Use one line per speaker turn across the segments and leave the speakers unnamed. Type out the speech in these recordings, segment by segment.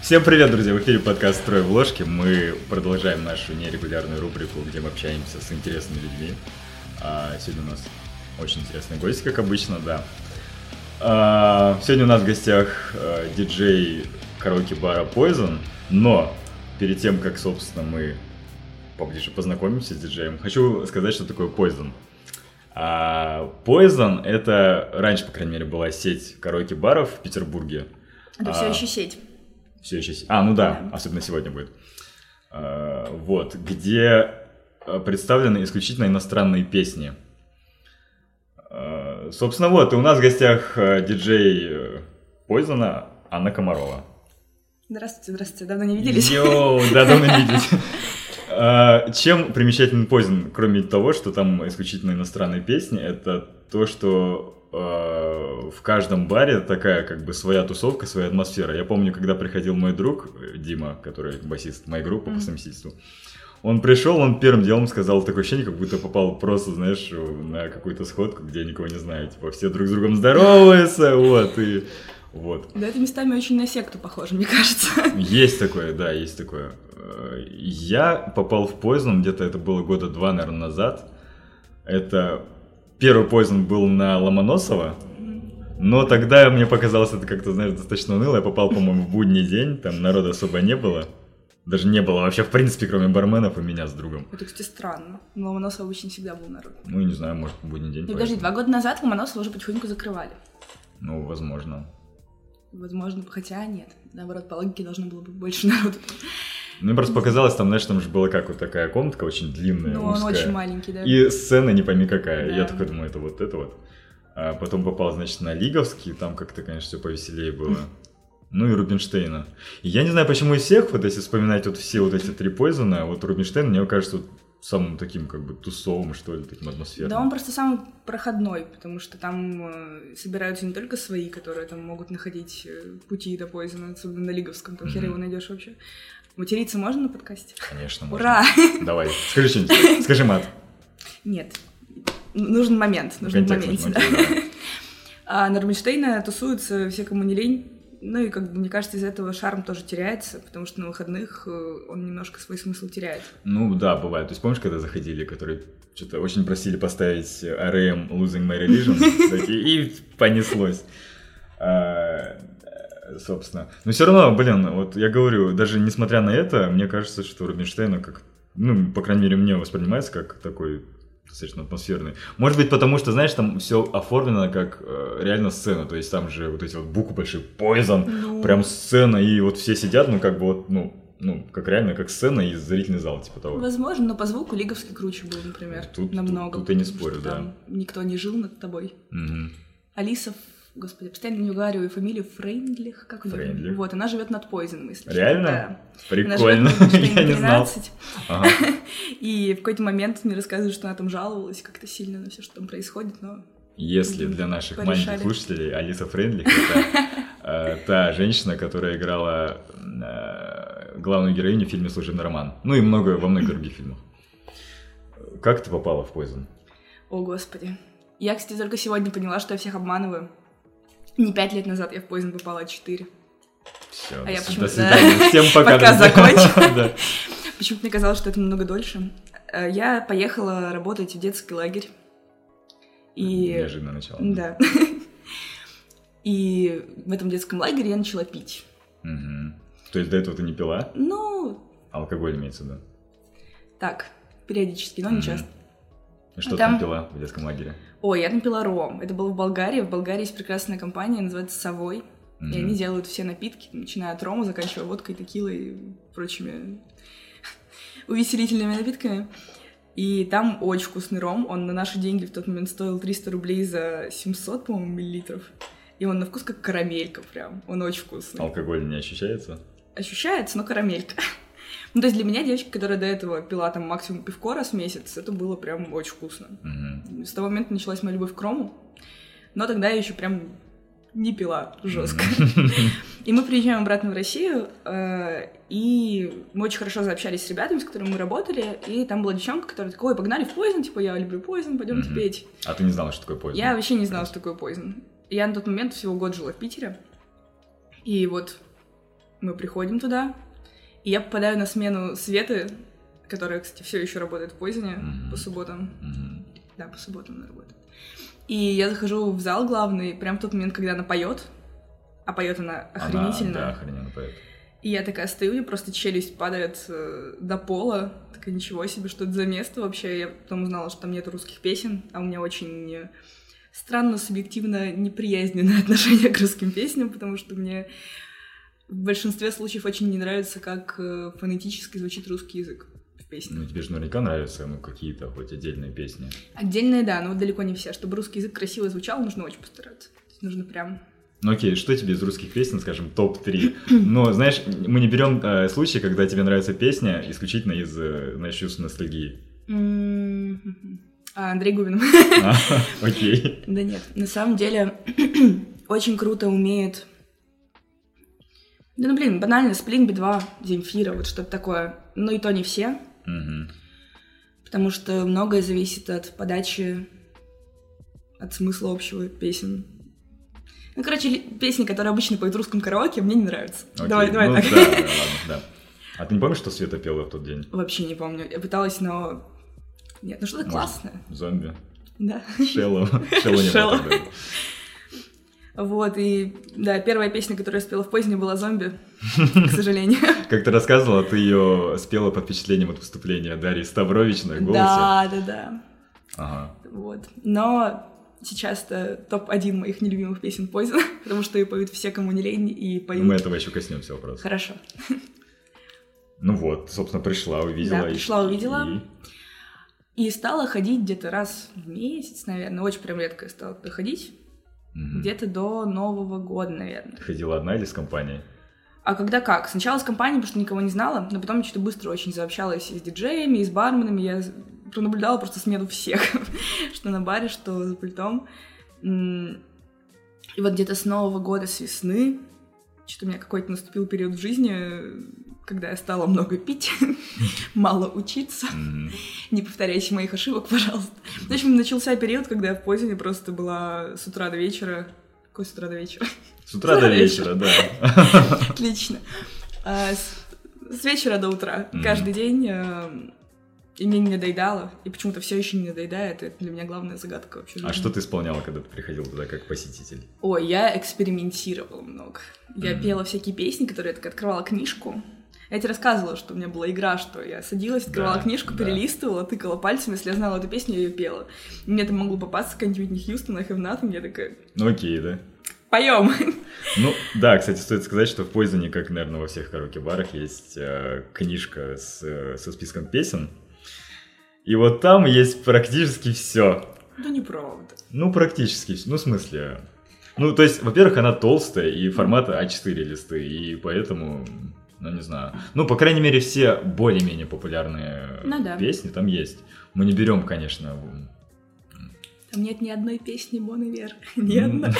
Всем привет, друзья! В эфире подкаст «Строй в ложке». Мы продолжаем нашу нерегулярную рубрику, где мы общаемся с интересными людьми. А, сегодня у нас очень интересный гость, как обычно, да. А, сегодня у нас в гостях а, диджей караоке-бара Poison, но перед тем, как, собственно, мы поближе познакомимся с диджеем, хочу сказать, что такое Poison. А, Poison — это раньше, по крайней мере, была сеть караоке-баров в Петербурге.
Это
А,
все еще сеть.
все еще... с- А, ну да, особенно сегодня будет. Э, Вот, где э, представлены исключительно иностранные песни. Э, Собственно, вот, и у нас в гостях э, диджей э, Пойзона Анна Комарова.
Здравствуйте, здравствуйте, давно не виделись.
Йоу, да, давно не виделись. Э, Чем примечателен Пойзон, кроме того, что там исключительно иностранные песни, это то, что э, в каждом баре такая как бы своя тусовка, своя атмосфера. Я помню, когда приходил мой друг э, Дима, который басист моей группы по
Мгм.
совместительству, он пришел, он первым делом сказал такое ощущение, как будто попал просто, знаешь, на какую-то сходку, где я никого не знаю. Типа все друг с другом здороваются, вот, и вот.
Да, это местами очень на секту похоже, мне кажется.
Есть такое, да, есть такое. Э, Я попал в Poison, где-то это было года два, наверное, назад. Это первый Poison был на Ломоносова, но тогда мне показалось это как-то, знаешь, достаточно уныло. Я попал, по-моему, в будний день, там народа особо не было. Даже не было вообще, в принципе, кроме барменов и меня с другом.
Это, кстати, странно. Но Ломоносова обычно всегда был народ.
Ну, не знаю, может, в будний день.
Не, Ну, подожди,
поэтому.
два года назад Ломоносова уже потихоньку закрывали.
Ну, возможно.
Возможно, хотя нет. Наоборот, по логике должно было быть больше народу.
Мне просто показалось, там, знаешь, там же была как вот такая комнатка очень длинная,
Но он
узкая.
Ну, очень маленький, да.
И сцена не пойми какая.
Э, Да.
Я такой думаю, это вот это вот. А потом попал, значит, на Лиговский, там как-то, конечно, все повеселее было. Ну и Рубинштейна. И я не знаю, почему из всех, вот если вспоминать вот все вот эти три Пойзена, а вот Рубинштейн, мне кажется, вот самым таким как бы тусовым, что ли, таким атмосферным.
Да, он просто самый проходной, потому что там э, собираются не только свои, которые там могут находить э, пути до Пойзена, особенно на Лиговском, там хер
Мгм.
его найдешь вообще. Материться можно на подкасте?
Конечно, можно.
Ура!
Давай, скажи что-нибудь, скажи мат.
Нет. Н- Нужен момент, нужен
Контекст
момент.
нужен, окей, давай.
А на Рубинштейна тусуются все, кому не лень. Ну и, как бы, мне кажется, из этого шарм тоже теряется, потому что на выходных э, он немножко свой смысл теряет.
Ну да, бывает. То есть помнишь, когда заходили, которые что-то очень просили поставить RM Losing My Religion, такие, и понеслось. А, э, Собственно. Но все равно, блин, вот я говорю, даже несмотря на это, мне кажется, что Рубинштейна как, ну, по крайней мере, мне воспринимается как такой достаточно атмосферный. Может быть, потому что, знаешь, там все оформлено как э, реально сцена, то есть там же вот эти вот буквы большие, Poison,
Ну,
прям сцена, и вот все сидят, ну, как бы вот, ну, ну, как реально, как сцена и зрительный зал, типа того.
Возможно, но по звуку Лиговский круче был, например,
Тут-
намного.
тут- тут я не
потому
спорю,
что
да.
там Никто не жил над тобой.
Мгм.
Алиса, Ф- господи, постоянно не уговариваю фамилию Фрейндлих, как у неё?
Фрейндлих.
Вот, она живет над Пойзеном, если что.
Реально?
Да. Она живет
Прикольно,
на Рубинштейна
я не знал.
13.
Ага.
И в какой-то момент мне рассказывают, что она там жаловалась как-то сильно на все, что там происходит, но
Если для наших
Порешали.
маленьких слушателей Алиса Френдлих это э, та женщина, которая играла э, главную героиню в фильме «Служебный роман». Ну и много во многих других фильмах. Как ты попала в Poison?
О, господи. Я, кстати, только сегодня поняла, что я всех обманываю. Не пять лет назад я в поезд попала, а четыре.
Все,
А я
до
почему-то-
свидания. Всем пока.
Подкаст
друзья.
закончен.
Да.
Почему-то мне казалось, что это намного дольше. Э, Я поехала работать в детский лагерь. И...
Неожиданное начало.
Да. И в этом детском лагере я начала пить.
Мгм. То есть до этого ты не пила?
Ну,
Алкоголь имеется в виду.
так, периодически, но не
Мгм.
часто.
И что ты
Ну, А Там-
там пила в детском лагере?
Ой, я там пила ром. Это было в Болгарии. В Болгарии есть прекрасная компания, называется «Совой». И
Мгм.
они делают все напитки, начиная от рома, заканчивая водкой, текилой и прочими увеселительными напитками. И там очень вкусный ром. Он на наши деньги в тот момент стоил 300 рублей за 700, по-моему, миллилитров. И он на вкус как карамелька прям. Он очень вкусный.
Алкоголь не ощущается?
Ощущается, но карамелька. Ну, то есть для меня девочка, которая до этого пила там максимум пивко раз в месяц, это было прям очень вкусно.
Мгм.
С того момента началась моя любовь к рому. Но тогда я еще прям не пила жестко. И мы приезжаем обратно в Россию, э, и мы очень хорошо заобщались с ребятами, с которыми мы работали, и там была девчонка, которая такой, «Ой, погнали в Пойзен, типа, я люблю Пойзен, пойдемте
Мгм.
петь.
А ты не знала, что такое Poison?
Я вообще не знала, что такое Пойзен. Я на тот момент всего год жила в Питере, и вот мы приходим туда, и я попадаю на смену Светы, которая, кстати, все еще работает в Позине
Мгм.
по субботам.
Мгм.
Да, по субботам она работает. И я захожу в зал главный, прям в тот момент, когда она поет, а поет она
Она,
охренительно.
да, охрененно поет.
И я такая стою, и просто челюсть падает э, до пола. Такая, ничего себе, что это за место вообще. Я потом узнала, что там нет русских песен, а у меня очень э, странно, субъективно неприязненное отношение к русским песням, потому что мне в большинстве случаев очень не нравится, как э, фонетически звучит русский язык в песне.
Ну, тебе же наверняка нравятся ну, какие-то хоть отдельные песни.
Отдельные, да, но далеко не все. Чтобы русский язык красиво звучал, нужно очень постараться. То есть Нужно прям...
Ну окей, что тебе из русских песен, скажем, топ-3? Но, знаешь, мы не берем э, случаи, когда тебе нравится песня исключительно из, э, знаешь, чувств ностальгии.
М, а, Андрей Губин.
А, Окей.
Да нет, на самом деле очень круто умеет. Да ну блин, банально, Сплин, Би-2, Земфира, вот что-то такое. Но и то не все,
Мгм.
потому что многое зависит от подачи, от смысла общего песен. Ну, короче, ли- песни, которые обычно поют в русском караоке, мне не нравятся.
Окей.
Давай, давай
Ну,
так.
Да, да, ладно, да. А ты не помнишь, что Света пела в тот день?
Вообще не помню. Я пыталась, но... Нет, ну что-то
Может.
классное.
Зомби.
Да.
Шелло. Шелло не
Шелло.
было тогда.
Вот, и да, первая песня, которую я спела в поздне, была «Зомби», к сожалению.
Как ты рассказывала, ты ее спела под впечатлением от выступления Дарьи Ставрович на голосе.
Да, да, да.
Ага.
Вот. Но сейчас это топ-1 моих нелюбимых песен Poison, потому что ее поют все, кому не лень, и
Ну, мы
поют...
этого еще коснемся вопроса.
Хорошо.
Ну вот, собственно, пришла, увидела.
Да,
и-
пришла, увидела.
и-
И стала ходить где-то раз в месяц, наверное, очень прям редко я стала туда ходить,
Мгм.
где-то до Нового года, наверное.
Ты ходила одна или с компанией?
А когда как? Сначала с компанией, потому что никого не знала, но потом что-то быстро очень заобщалась и с диджеями, и с барменами. Я з- пронаблюдала просто смену всех, что на баре, что за пультом. М, И вот где-то с Нового года, с весны, что-то у меня какой-то наступил период в жизни, э, когда я стала много пить, мало учиться.
Мгм.
Не повторяйте моих ошибок, пожалуйста. В общем, начался период, когда я в Позине просто была с утра до вечера. Какой с утра до вечера?
С утра до вечера, да.
Отлично. А, с, с вечера до утра.
Мгм.
Каждый день. э, и мне не надоедало. И почему-то все еще не надоедает. и Это для меня главная загадка вообще.
А
жизни.
что ты исполняла, когда ты приходил туда как посетитель?
Ой, я экспериментировала много. Я
Мгм.
пела всякие песни, которые я так открывала книжку. Я тебе рассказывала, что у меня была игра, что я садилась, открывала
Да,
книжку,
да.
перелистывала, тыкала пальцем. Если я знала эту песню, я ее пела. И Мне там могло попасться какая-нибудь Уитни Хьюстон, а Хэв Я такая,
Ну окей, да.
поем.
Ну да, кстати, стоит сказать, что в Пойзоне, как, наверное, во всех караоке-барах, есть э, книжка с, э, со списком песен. И вот там есть практически все.
Да неправда.
Ну, практически всё. Ну, в смысле... Ну, то есть, во-первых, она толстая и формата А4 листы, и поэтому, ну, не знаю. Ну, по крайней мере, все более-менее популярные
Ну да.
песни там есть. Мы не берем, конечно... в-
Там нет ни одной песни Бон Ивер. Ни одной.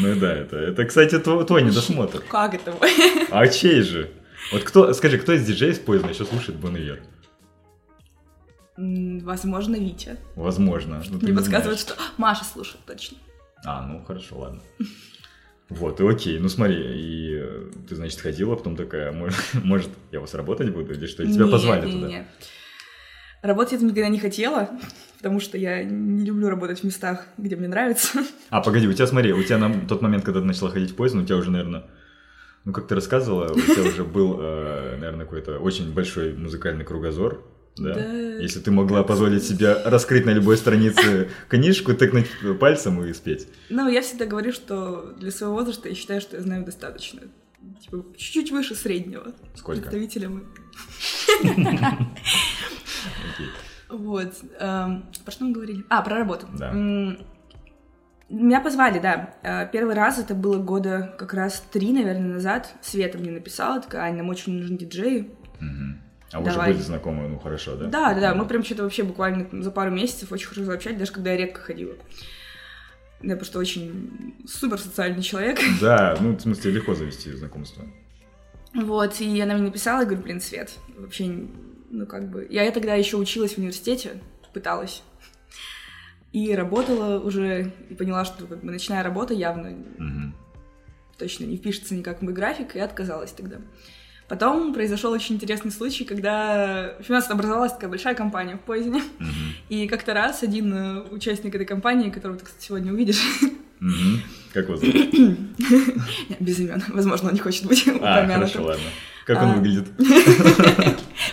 Ну да, это, это кстати, тво- твой недосмотр.
Как это?
А чей же? Вот кто, скажи, кто из диджеев поздно еще слушает Бон Ивер?
М, Возможно, Витя.
Возможно. ну, ты
Мне
не знаешь.
подсказывает, что «А, Маша слушает точно.
А, ну хорошо, ладно. Вот, и окей, ну смотри, и э, ты, значит, ходила, потом такая, может, может, я вас работать буду, или что, или тебя
Не,
позвали
не,
туда?
не. Работать я там никогда не хотела, потому что я не люблю работать в местах, где мне нравится.
А, погоди, у тебя, смотри, у тебя на тот момент, когда ты начала ходить поздно, у тебя уже, наверное, ну, как ты рассказывала, у тебя уже был, наверное, какой-то очень большой музыкальный кругозор, да? Если ты могла позволить себе раскрыть на любой странице книжку, тыкнуть пальцем и спеть.
Ну, я всегда говорю, что для своего возраста я считаю, что я знаю достаточно. Типа, чуть-чуть выше среднего.
Сколько?
Представителя мы.
Окей.
Вот. эм, Про что мы говорили? А, про работу.
Да.
М, Меня позвали, да. Э, Первый раз это было года как раз три, наверное, назад. Света мне написала, такая, Ань, нам очень нужны диджеи.
Мгм. А вы
Давай.
же были знакомы, ну хорошо, да?
Да, да, да, мы прям что-то вообще буквально там за пару месяцев очень хорошо заобщались, даже когда я редко ходила. Я просто очень супер социальный человек.
Да, ну, в смысле, легко завести знакомство.
Вот, и она мне написала, я говорю, блин, Свет, вообще, ну как бы... Я тогда еще училась в университете, пыталась. И работала уже, и поняла, что как бы ночная работа явно
Мгм.
точно не впишется никак в мой график, и отказалась тогда. Потом произошел очень интересный случай, когда у нас образовалась такая большая компания в поезде.
Мгм.
И как-то раз один э, участник этой компании, которого ты, кстати, сегодня увидишь,
Мгм. Как его зовут?
не, без имен, возможно, он не хочет быть
А,
упомянутым.
хорошо, ладно. Как он
А.
выглядит?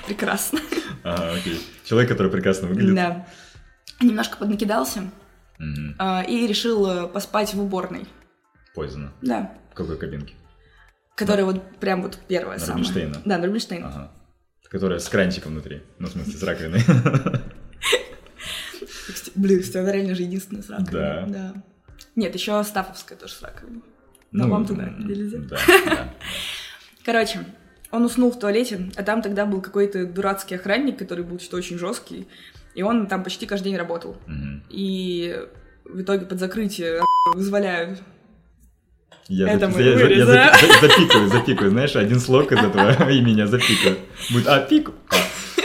Прекрасно.
Ага, окей. Человек, который прекрасно выглядит.
Да. Немножко поднакидался
Мгм.
э, и решил э, поспать в уборной.
Поздно.
Да.
В какой кабинке?
Которая вот прям вот первая
На
самая.
Рубинштейна? А.
Да, на Рубинштейна.
Ага. Которая с кранчиком внутри. Ну, в смысле, с раковиной.
Кстати, Блин, кстати, она реально же единственная с раковиной.
Да.
Да. Нет, еще Стафовская тоже с раковиной.
Ну,
вам туда
м,
нельзя.
Да, да.
Короче, он уснул в туалете, а там тогда был какой-то дурацкий охранник, который был что-то очень жесткий, и он там почти каждый день работал.
Мгм.
И в итоге под закрытие а, вызволяют.
Я
Это
запи-
мы
я- я- я
вырезаем.
запи- за- запикаю, запикаю. Знаешь, один слог из этого имени я запикаю. Будет а, пик. а».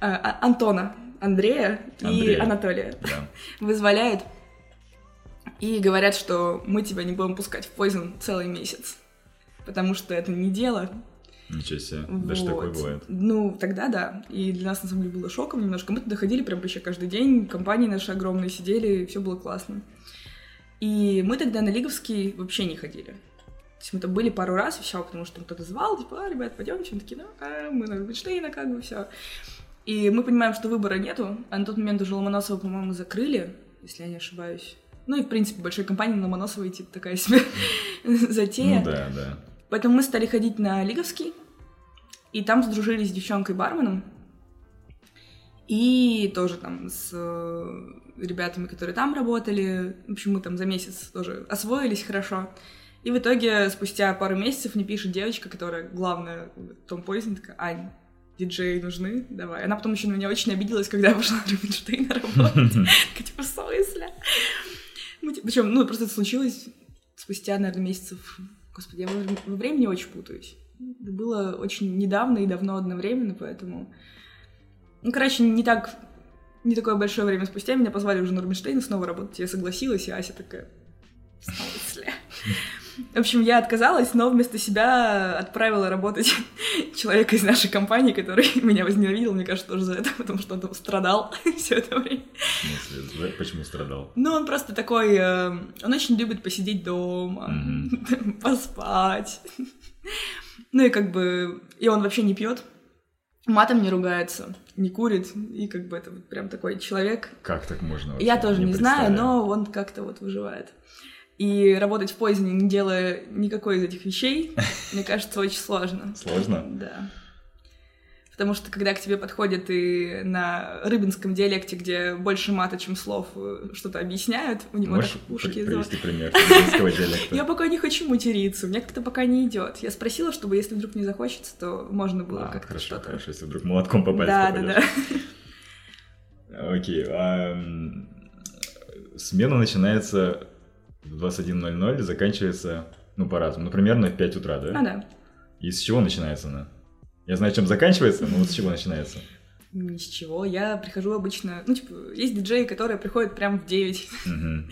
а, а- Антона, Андрея и
Андрея.
Анатолия.
Да.
Вызволяют и говорят, что мы тебя не будем пускать в Poison целый месяц. Потому что это не дело,
Ничего себе. Даже такое
Вот.
бывает.
Ну, тогда да. И для нас, на самом деле, было шоком немножко. Мы туда ходили прям вообще каждый день, компании наши огромные сидели, все было классно. И мы тогда на Лиговский вообще не ходили. То есть мы там были пару раз, и все, потому что там кто-то звал, типа, а, ребят, пойдем, чем такие, ну, а, мы на Рубинштейна, как бы, все. И мы понимаем, что выбора нету, а на тот момент уже Ломоносова, по-моему, закрыли, если я не ошибаюсь. Ну и, в принципе, большой компании на Ломоносова идти такая себе затея.
Ну да, да.
Поэтому мы стали ходить на Лиговский, и там сдружились с девчонкой-барменом, и тоже там с э, ребятами, которые там работали. В общем, мы там за месяц тоже освоились хорошо. И в итоге, спустя пару месяцев, мне пишет девочка, которая главная в том поезде, такая, Ань, диджеи нужны, давай. Она потом еще на меня очень обиделась, когда я пошла на Рубинштейна работать. Такая, Типа, в смысле? Причем, ну, просто это случилось спустя, наверное, месяцев... Господи, я во вре- во времени очень путаюсь. Это было очень недавно и давно одновременно, поэтому... Ну, короче, не так... Не такое большое время спустя меня позвали уже на Рубинштейна снова работать. Я согласилась, и Ася такая... В смысле? В общем, я отказалась, но вместо себя отправила работать человека из нашей компании, который меня возненавидел, мне кажется, тоже за это, потому что он там страдал все это время.
В смысле, за- почему страдал?
Ну, он просто такой... э, он очень любит посидеть дома, поспать. Ну и как бы... И он вообще не пьет, матом не ругается, не курит. И как бы это вот прям такой человек.
Как так можно вообще?
Я тоже не знаю,
представляю.
но он как-то вот выживает. И работать в поезде, не делая никакой из этих вещей, мне кажется, очень сложно.
Сложно?
Да. Потому что когда к тебе подходят и на рыбинском диалекте, где больше мата, чем слов, э, что-то объясняют, у него
Можешь
так ушки
при-
зовут.
привести пример финского диалекта?
Я пока не хочу материться, у меня как-то пока не идет. Я спросила, чтобы если вдруг не захочется, то можно было
А,
как-то
хорошо,
что-то.
хорошо, если вдруг молотком попасть
да, да, да.
Окей, а, м, смена начинается в 21.00, заканчивается, ну, по-разному, ну, примерно в 5 утра, да?
А, да.
И с чего начинается она? Я знаю, чем заканчивается, но вот с чего начинается.
Ни с чего. Я прихожу обычно. Ну, типа, есть диджеи, которые приходят прямо в 9.
Мгм.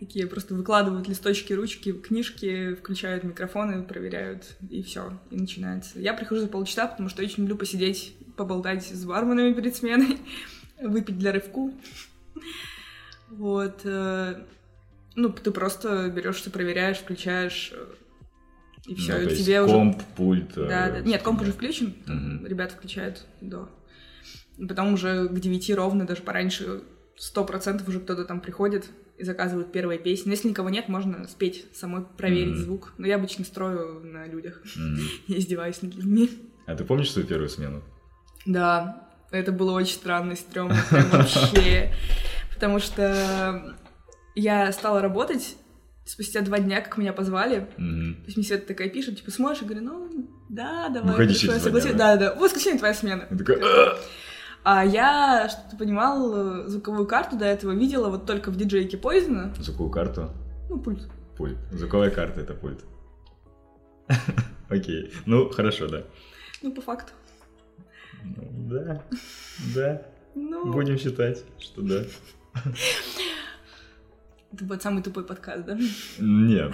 Такие просто выкладывают листочки, ручки, книжки, включают микрофоны, проверяют, и все, и начинается. Я прихожу за полчаса, потому что очень люблю посидеть, поболтать с барменами перед сменой, выпить для рывку. Вот. э, Ну, ты просто берешься, проверяешь, включаешь, э, и все,
Ну, то
и
есть
тебе уже...
комп, пульт... э,
Да, да. Нет, комп уже включен, там
Мгм.
ребята включают до. И Потом уже к 9 ровно, даже пораньше, сто процентов уже кто-то там приходит и заказывают первые песни. Но если никого нет, можно спеть, самой проверить
Мгм.
звук. Но я обычно строю на людях,
Мгм.
я издеваюсь над людьми.
А ты помнишь свою первую смену?
Да, это было очень странно и стрёмно прям вообще. Потому что я стала работать спустя два дня, как меня позвали,
Мгм.
то есть мне Света такая пишет, типа, сможешь? Я говорю, ну, да, давай.
Выходи
хорошо,
через
я
два
согласилась».
дня,
Да, да, да. Вот воскресенье твоя смена.
Я такой, «А!»
А я, чтобы ты понимал, э, звуковую карту до этого видела вот только в диджейке Пойзена.
Звуковую карту?
Ну, пульт.
Пульт. Звуковая карта — это пульт. Окей. Ну, хорошо, да.
Ну, по факту.
Ну, да. Да.
Ну,
Будем считать, что да.
Это будет самый тупой подкаст, да?
Нет.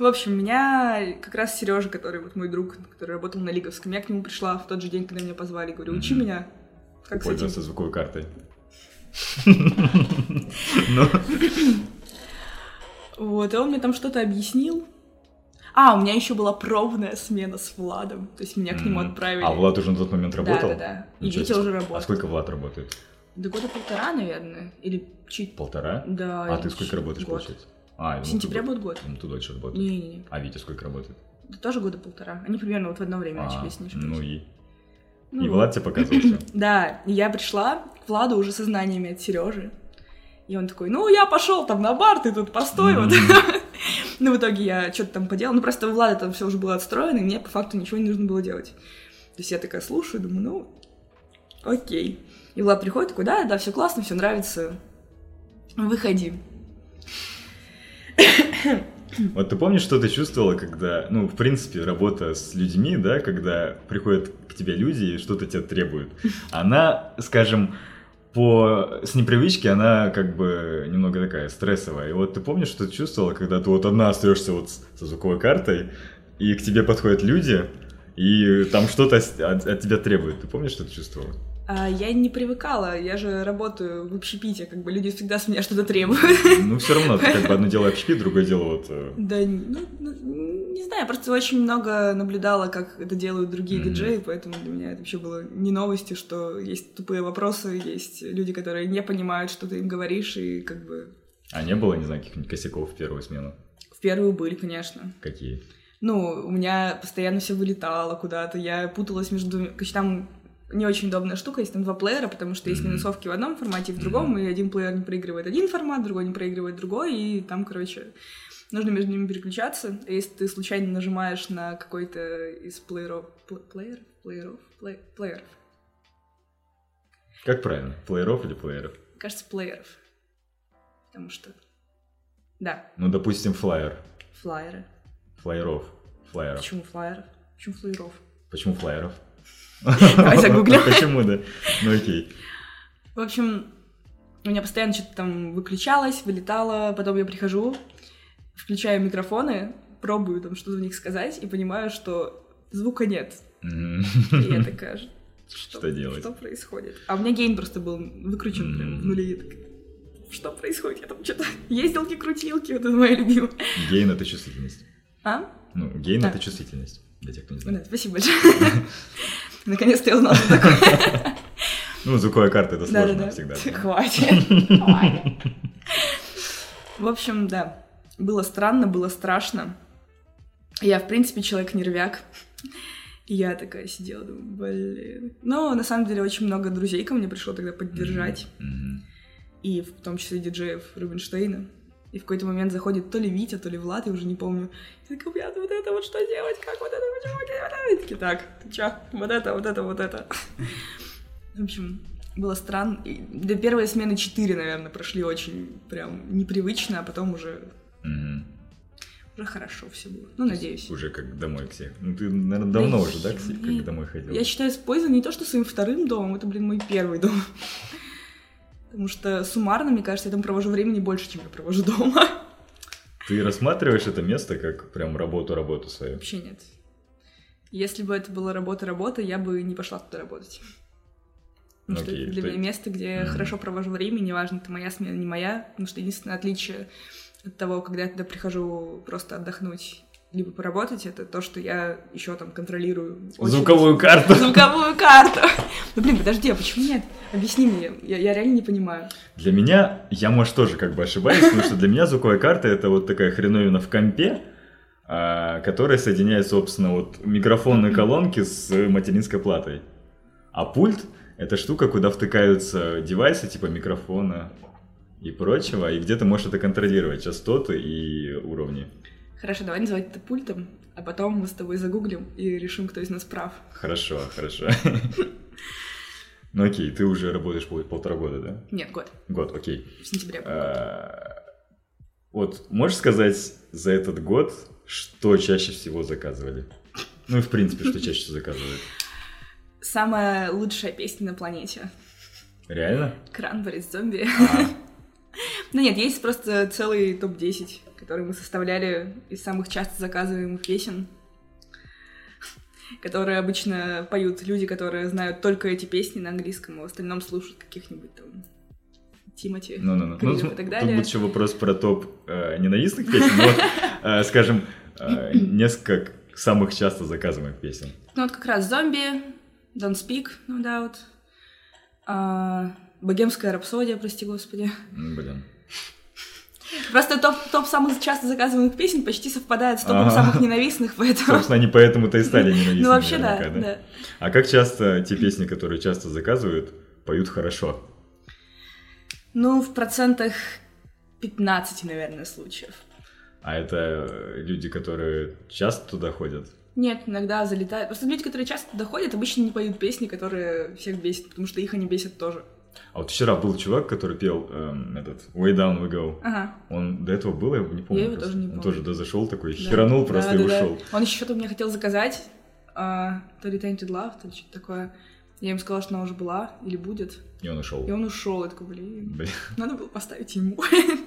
В общем, меня как раз Сережа, который вот мой друг, который работал на Лиговском, я к нему пришла в тот же день, когда меня позвали, говорю, учи
Мгм.
меня. Как с этим?
Пользоваться звуковой картой. Ну,
Вот, и он мне там что-то объяснил. А, у меня еще была пробная смена с Владом, то есть меня к нему
М.
отправили.
А Влад уже на тот момент
да,
работал?
да, да. И
Ничего
Витя
себе.
уже
А
работал.
сколько Влад работает?
До года полтора, наверное, или чуть...
Полтора?
Да.
А
или
ты сколько
чуть-
работаешь,
год.
получается? А,
В
ну,
сентябре
ты-
будет год.
Ну, ты дольше работаешь.
Не-не-не,
А Витя сколько работает?
Да тоже года полтора. Они примерно вот в одно время
А,
начались, не ошибаюсь.
Ну и?
Ну
и
вот.
Влад тебе показывал всё?
Да, и я пришла к Владу уже со знаниями от Сережи. И он такой, ну, я пошел там на бар, ты тут постой вот. Ну, в итоге я что-то там поделала. Ну, просто у Влада там все уже было отстроено, и мне по факту ничего не нужно было делать. То есть я такая слушаю, думаю, ну, окей. И Влад приходит, такой, да, да, все классно, все нравится, выходи.
Вот ты помнишь, что ты чувствовала, когда, ну, в принципе, работа с людьми, да, когда приходят к тебе люди и что-то тебя требуют. Она, скажем, по... с непривычки она как бы немного такая стрессовая. И вот ты помнишь, что ты чувствовала, когда ты вот одна остаешься вот с- со звуковой картой, и к тебе подходят люди, и там что-то с- от, от тебя требуют. Ты помнишь, что ты чувствовала?
А я не привыкала, я же работаю в общепите, как бы люди всегда с меня что-то требуют.
Ну, все равно, ты как бы одно дело общики, другое дело вот... э,
Да, н- ну, ну, не знаю, я просто очень много наблюдала, как это делают другие
Мгм.
диджеи, поэтому для меня это вообще было не новостью, что есть тупые вопросы, есть люди, которые не понимают, что ты им говоришь, и как бы
А не было, не знаю, каких-нибудь косяков в первую смену?
в первую были, конечно.
Какие?
Ну, у меня постоянно все вылетало куда-то, я путалась между... двумя- Короче, там не очень удобная штука, есть там два плеера, потому что есть
Мгм.
минусовки в одном формате и в другом, и один плеер не проигрывает один формат, другой не проигрывает другой, и там, короче, нужно между ними переключаться. И если ты случайно нажимаешь на какой-то из плееров... пл- Плееров? Плееров? Пле- Плееров.
Как правильно? Плееров или плееров?
Кажется, плееров. Потому что... Да,
Ну, допустим, флайер.
флайеры.
Флайеров. Флайеров.
Почему флайеров? Почему флайеров?
Почему флайеров?
Давай загуглим.
Почему, да? Ну окей.
В общем, у меня постоянно что-то там выключалось, вылетало, потом я прихожу, включаю микрофоны, пробую там что-то в них сказать и понимаю, что звука нет.
М.
И я такая, что,
Что делать?
Что происходит? А у меня гейн просто был выкручен прям в
Мгм.
нуле. Я такая, что происходит? Я там что-то ездилки-крутилки, вот это мое любимое.
Гейн — это чувствительность.
А?
Ну, гейн —
Да.
это чувствительность. Для тех, кто не
Да,
знает.
спасибо большое. Наконец-то я узнала, что такое.
Ну, звуковая карта — это сложно
Да-да-да.
всегда.
Хватит. Ладно. В общем, да. Было странно, было страшно. Я, в принципе, человек нервяк. И я такая сидела, думаю, блин. Но на самом деле очень много друзей ко мне пришло тогда поддержать.
Мгм.
И в том числе диджеев Рубинштейна. И в какой-то момент заходит то ли Витя, то ли Влад, я уже не помню. Я такая, «Блядь, вот это вот что делать, как вот это, почему вот это?» И такие, так, ты чё, вот это, вот это, вот это. В общем, было странно. И до первой смены четыре, наверное, прошли очень прям непривычно, а потом уже,
Мгм.
уже хорошо все было. Ну, надеюсь.
Уже как домой к себе. Ну, ты, наверное, давно
Да
уже, да, к себе,
я-
как домой ходил?
Я считаю Спойза не то, что своим вторым домом, это, блин, мой первый дом. Потому что суммарно, мне кажется, я там провожу времени больше, чем я провожу дома.
Ты рассматриваешь это место как прям работу-работу свою?
Вообще нет. Если бы это была работа-работа, я бы не пошла туда работать. Потому
Окей,
что это для
то
меня место, где я
Мгм.
хорошо провожу время, неважно, это моя смена, не моя. Потому что единственное отличие от того, когда я туда прихожу просто отдохнуть либо поработать, это то, что я еще там контролирую очередь.
Звуковую карту.
Звуковую карту! Ну блин, подожди, а почему нет? Объясни мне, я, я реально не понимаю.
Для меня, я, может, тоже как бы ошибаюсь, потому что для меня звуковая карта это вот такая хреновина в компе, а, которая соединяет, собственно, вот микрофонные колонки с материнской платой. А пульт это штука, куда втыкаются девайсы типа микрофона и прочего, и где ты можешь это контролировать, частоты и уровни.
Хорошо, давай называть это пультом, а потом мы с тобой загуглим и решим, кто из нас прав.
Хорошо, хорошо. Ну окей, ты уже работаешь пол- полтора года, да?
Нет, год.
Год, окей.
В сентябре. будет год.
А, Вот можешь сказать за этот год, что чаще всего заказывали? Ну и в принципе, что чаще всего заказывали.
Самая лучшая песня на планете.
Реально?
Кранберис зомби.
А,
Ну нет, есть просто целый топ-10, который мы составляли из самых часто заказываемых песен, которые обычно поют люди, которые знают только эти песни на английском, а в остальном слушают каких-нибудь там Тимати,
Ну, ну, ну.
Крилов
Ну,
и так
тут
далее.
будет еще вопрос про топ э, ненавистных песен. но вот, э, скажем, э, несколько самых часто заказываемых песен.
Ну вот как раз «Зомби», «Don't Speak», «No Doubt», а, «Богемская рапсодия», прости господи.
М, Ну, Блин.
Просто топ, топ самых часто заказываемых песен почти совпадает с топом
Ага.
самых ненавистных, поэтому...
Собственно, они поэтому-то и стали ненавистными.
Ну вообще да,
наверняка,
да.
А как часто те песни, которые часто заказывают, поют хорошо?
Ну в процентах 15, наверное, случаев.
А это э, люди, которые часто туда ходят?
Нет, иногда залетают. Просто люди, которые часто доходят, обычно не поют песни, которые всех бесят, потому что их они бесят тоже.
А вот вчера был чувак, который пел эм, этот Way Down We Go.
Ага.
Он до этого был, я не помню.
Я его
просто.
тоже не
Он
помню.
тоже да, зашел такой,
да.
херанул просто
Да,
и
да, да.
ушел.
Он еще что-то мне хотел заказать. а, то ли Tainted Love, то ли что-то такое. Я им сказала, что она уже была или будет.
И он ушел.
И он ушел. Я такой, блин,
Блин.
надо было поставить ему.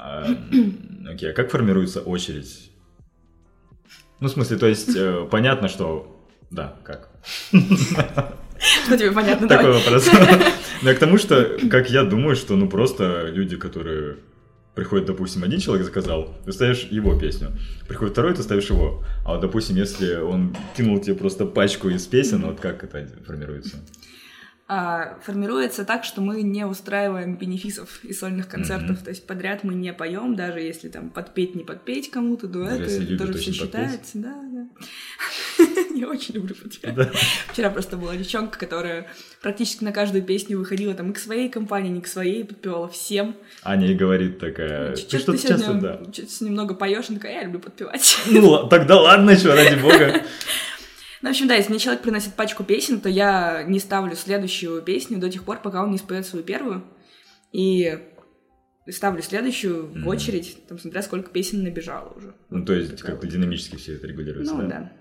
А, Окей, а как формируется очередь? Ну, в смысле, то есть, э, понятно, что... Да, как?
Что тебе Ну, типа, понятно,
Такой
давай.
вопрос. Но я к тому, что, как я думаю, что, ну, просто люди, которые приходят, допустим, один человек заказал, ты ставишь его песню. Приходит второй, ты ставишь его. А вот, допустим, если он кинул тебе просто пачку из песен, вот как это формируется?
а, формируется так, что мы не устраиваем бенефисов и сольных концертов.
Мгм.
То есть подряд мы не поем, даже если там подпеть, не подпеть кому-то, дуэты,
если
это
любят
тоже все
очень подпеть.
считается. Да, да. Я очень люблю подпеть.
Да.
Вчера просто была девчонка, которая практически на каждую песню выходила там и к своей компании, не к своей, подпевала всем.
Аня и говорит такая,
Чё-
Э, ты
чё
что-то часто,
сегодня
да.
чё-то сегодня немного поешь, она такая, я люблю подпевать.
Ну, л- тогда ладно, что, ради бога.
Ну, в общем, да, если мне человек приносит пачку песен, то я не ставлю следующую песню до тех пор, пока он не споет свою первую. И ставлю следующую в
Мгм.
очередь, там, смотря сколько песен набежало уже.
Ну, то есть,
Такая
как-то
вот.
динамически все это регулируется,
Ну, да.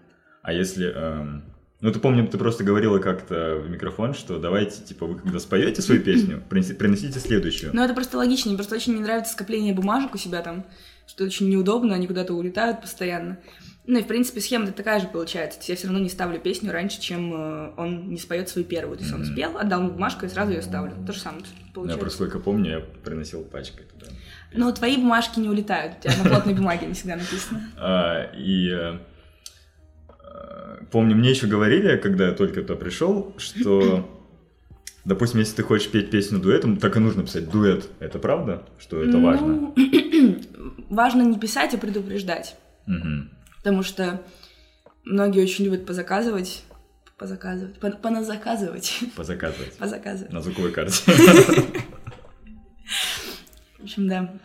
А если... эм, Ну, ты помню, ты просто говорила как-то в микрофон, что давайте, типа, вы когда споете свою песню, принеси- приносите следующую.
Но это просто логично, мне просто очень не нравится скопление бумажек у себя там, что очень неудобно, они куда-то улетают постоянно. Ну и, в принципе, схема такая же получается. То есть я все равно не ставлю песню раньше, чем э, он не споет свою первую. То есть он
Мгм.
спел, отдал мне бумажку и сразу ее ставлю. То же самое
я
получается.
просто сколько помню, я приносил пачкой туда.
Но твои бумажки не улетают. У тебя на плотной бумаге не всегда написано.
А, и э, э, помню, мне еще говорили, когда я только туда пришел, что, допустим, если ты хочешь петь песню дуэтом, так и нужно писать дуэт. Это правда? Что это важно?
Ну, важно не писать, а предупреждать.
Мгм.
Потому что многие очень любят позаказывать. Позаказывать. пон- Поназаказывать.
Позаказывать.
Позаказывать.
На звуковой карте.
В общем, да.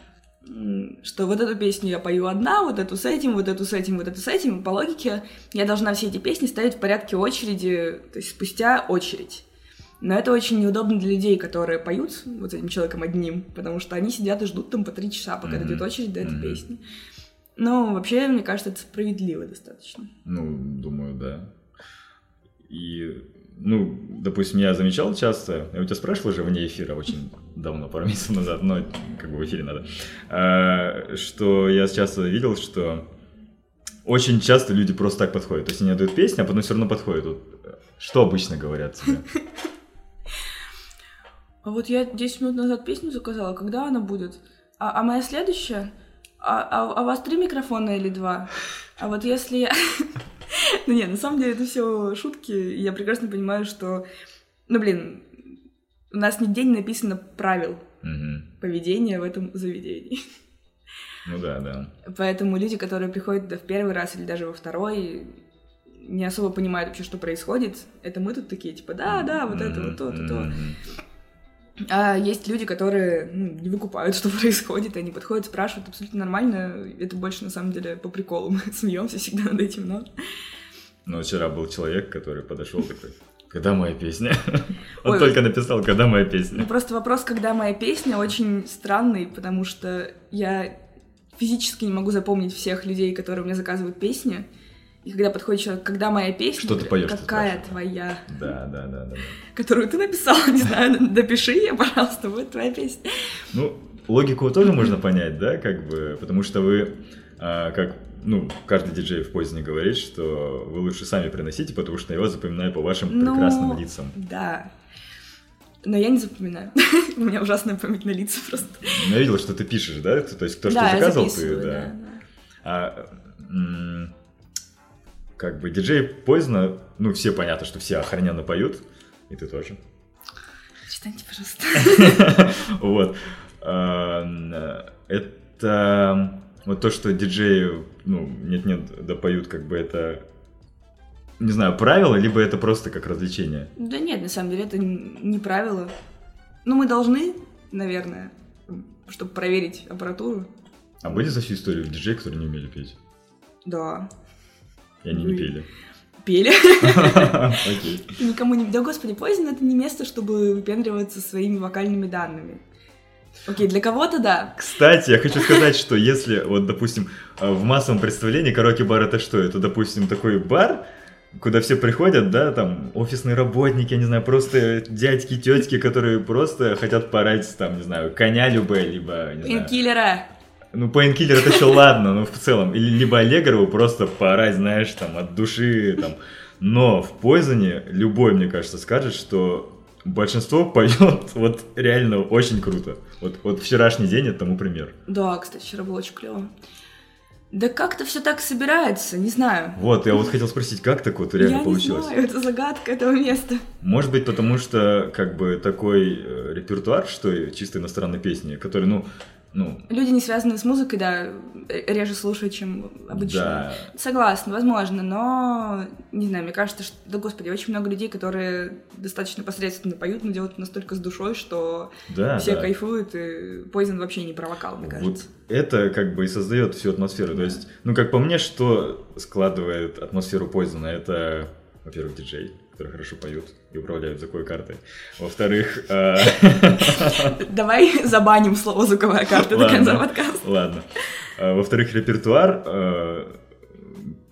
М, Что вот эту песню я пою одна, вот эту с этим, вот эту с этим, вот эту с этим. И По логике я должна все эти песни ставить в порядке очереди, то есть спустя очередь. Но это очень неудобно для людей, которые поют вот с этим человеком одним, потому что они сидят и ждут там по три часа, пока
Мгм.
дойдет очередь до этой
Мгм.
песни. Но вообще, мне кажется, это справедливо достаточно.
Ну, думаю, да. И, ну, допустим, я замечал часто, я у тебя спрашивал же вне эфира очень давно, пару месяцев назад, но как бы в эфире надо, а, что я часто видел, что очень часто люди просто так подходят. То есть они дают песню, а потом все равно подходят. Вот, что обычно говорят тебе?
А вот я 10 минут назад песню заказала, когда она будет? А, а моя следующая? А, а- а у вас три микрофона или два? А вот если я... Ну нет, на самом деле это все шутки, и я прекрасно понимаю, что... Ну блин, у нас нигде не написано правил
Мгм.
поведения в этом заведении.
Ну да, да.
Поэтому люди, которые приходят туда в первый раз или даже во второй, не особо понимают вообще, что происходит. Это мы тут такие, типа, да, да, вот это, вот то, то, то.
Мгм.
А есть люди, которые ну, не выкупают, что происходит, и они подходят, спрашивают, абсолютно нормально. Это больше, на самом деле, по приколу. Мы смеемся всегда над этим, но...
Но вчера был человек, который подошел такой, когда моя песня?
Ой.
Он только написал, когда моя песня?
Ну, просто вопрос, когда моя песня, очень странный, потому что я физически не могу запомнить всех людей, которые мне заказывают песни. И когда подходит человек, когда моя песня,
Что ты
говорю,
поёшь, ты
какая
спрашиваешь, да.
твоя,
Да, да, да, да. да.
которую ты написала, не знаю, допиши ее, пожалуйста, будет твоя песня.
Ну, логику тоже можно понять, да, как бы, потому что вы, а, как, ну, каждый диджей в поздне говорит, что вы лучше сами приносите, потому что я вас запоминаю по вашим
Ну,
прекрасным лицам.
Да. Но я не запоминаю. У меня ужасная память на лица просто.
Ну, Я видел, что ты пишешь, да, то есть то, что
да, я
заказывал, ты, да.
записываю, да, да.
А, м, как бы диджей поздно, ну, все понятно, что все охрененно поют, и ты тоже.
Перестаньте, пожалуйста.
Вот. Эм, Это вот то, что диджеи, ну, нет-нет, допоют, как бы это, не знаю, правило, либо это просто как развлечение.
Да нет, на самом деле это н- не правило. Ну, мы должны, наверное, чтобы проверить аппаратуру.
А были за всю историю диджеи, которые не умели петь?
Да.
И они не
Были.
пели.
Пели.
Окей.
Никому не... Да, господи, поздно это не место, чтобы выпендриваться своими вокальными данными. Окей, для кого-то да.
Кстати, я хочу сказать, что если, вот, допустим, э, в массовом представлении караоке-бар это что? Это, допустим, такой бар, куда все приходят, да, там, офисные работники, я не знаю, просто дядьки, тетки, которые просто хотят порать, там, не знаю, коня любэ, либо, не знаю,
Пинкиллера.
ну, пейнкиллер это еще ладно, ну, в целом. Или либо Аллегрову просто порать, знаешь, там, от души, там. Но в Пойзоне любой, мне кажется, скажет, что большинство поет вот реально очень круто. Вот, вот вчерашний день это тому пример.
Да, кстати, вчера было очень клево. Да как-то все так собирается, не знаю.
Вот, я вот хотел спросить, как так вот реально
Я
получилось?
не знаю, это загадка этого места.
Может быть, потому что, как бы, такой э, репертуар, что и чисто иностранной песни, который, ну, ну,
Люди, не связанные с музыкой, да, э, реже слушают, чем обычно.
да,
Согласна, возможно, но не знаю, мне кажется, что, да господи, очень много людей, которые достаточно посредственно поют, но делают это настолько с душой, что
да,
все
А, да.
кайфуют, и Poison вообще не про вокал, мне
Вот
кажется.
это как бы и создает всю атмосферу. То есть, ну, как по мне, что складывает атмосферу Пойзена, это, во-первых, диджей, которые хорошо поют и управляют звуковой картой. Во-вторых, э,
Давай забаним слово «звуковая карта» до
Ладно.
конца подкаста.
ладно. Э, Во-вторых, репертуар, э,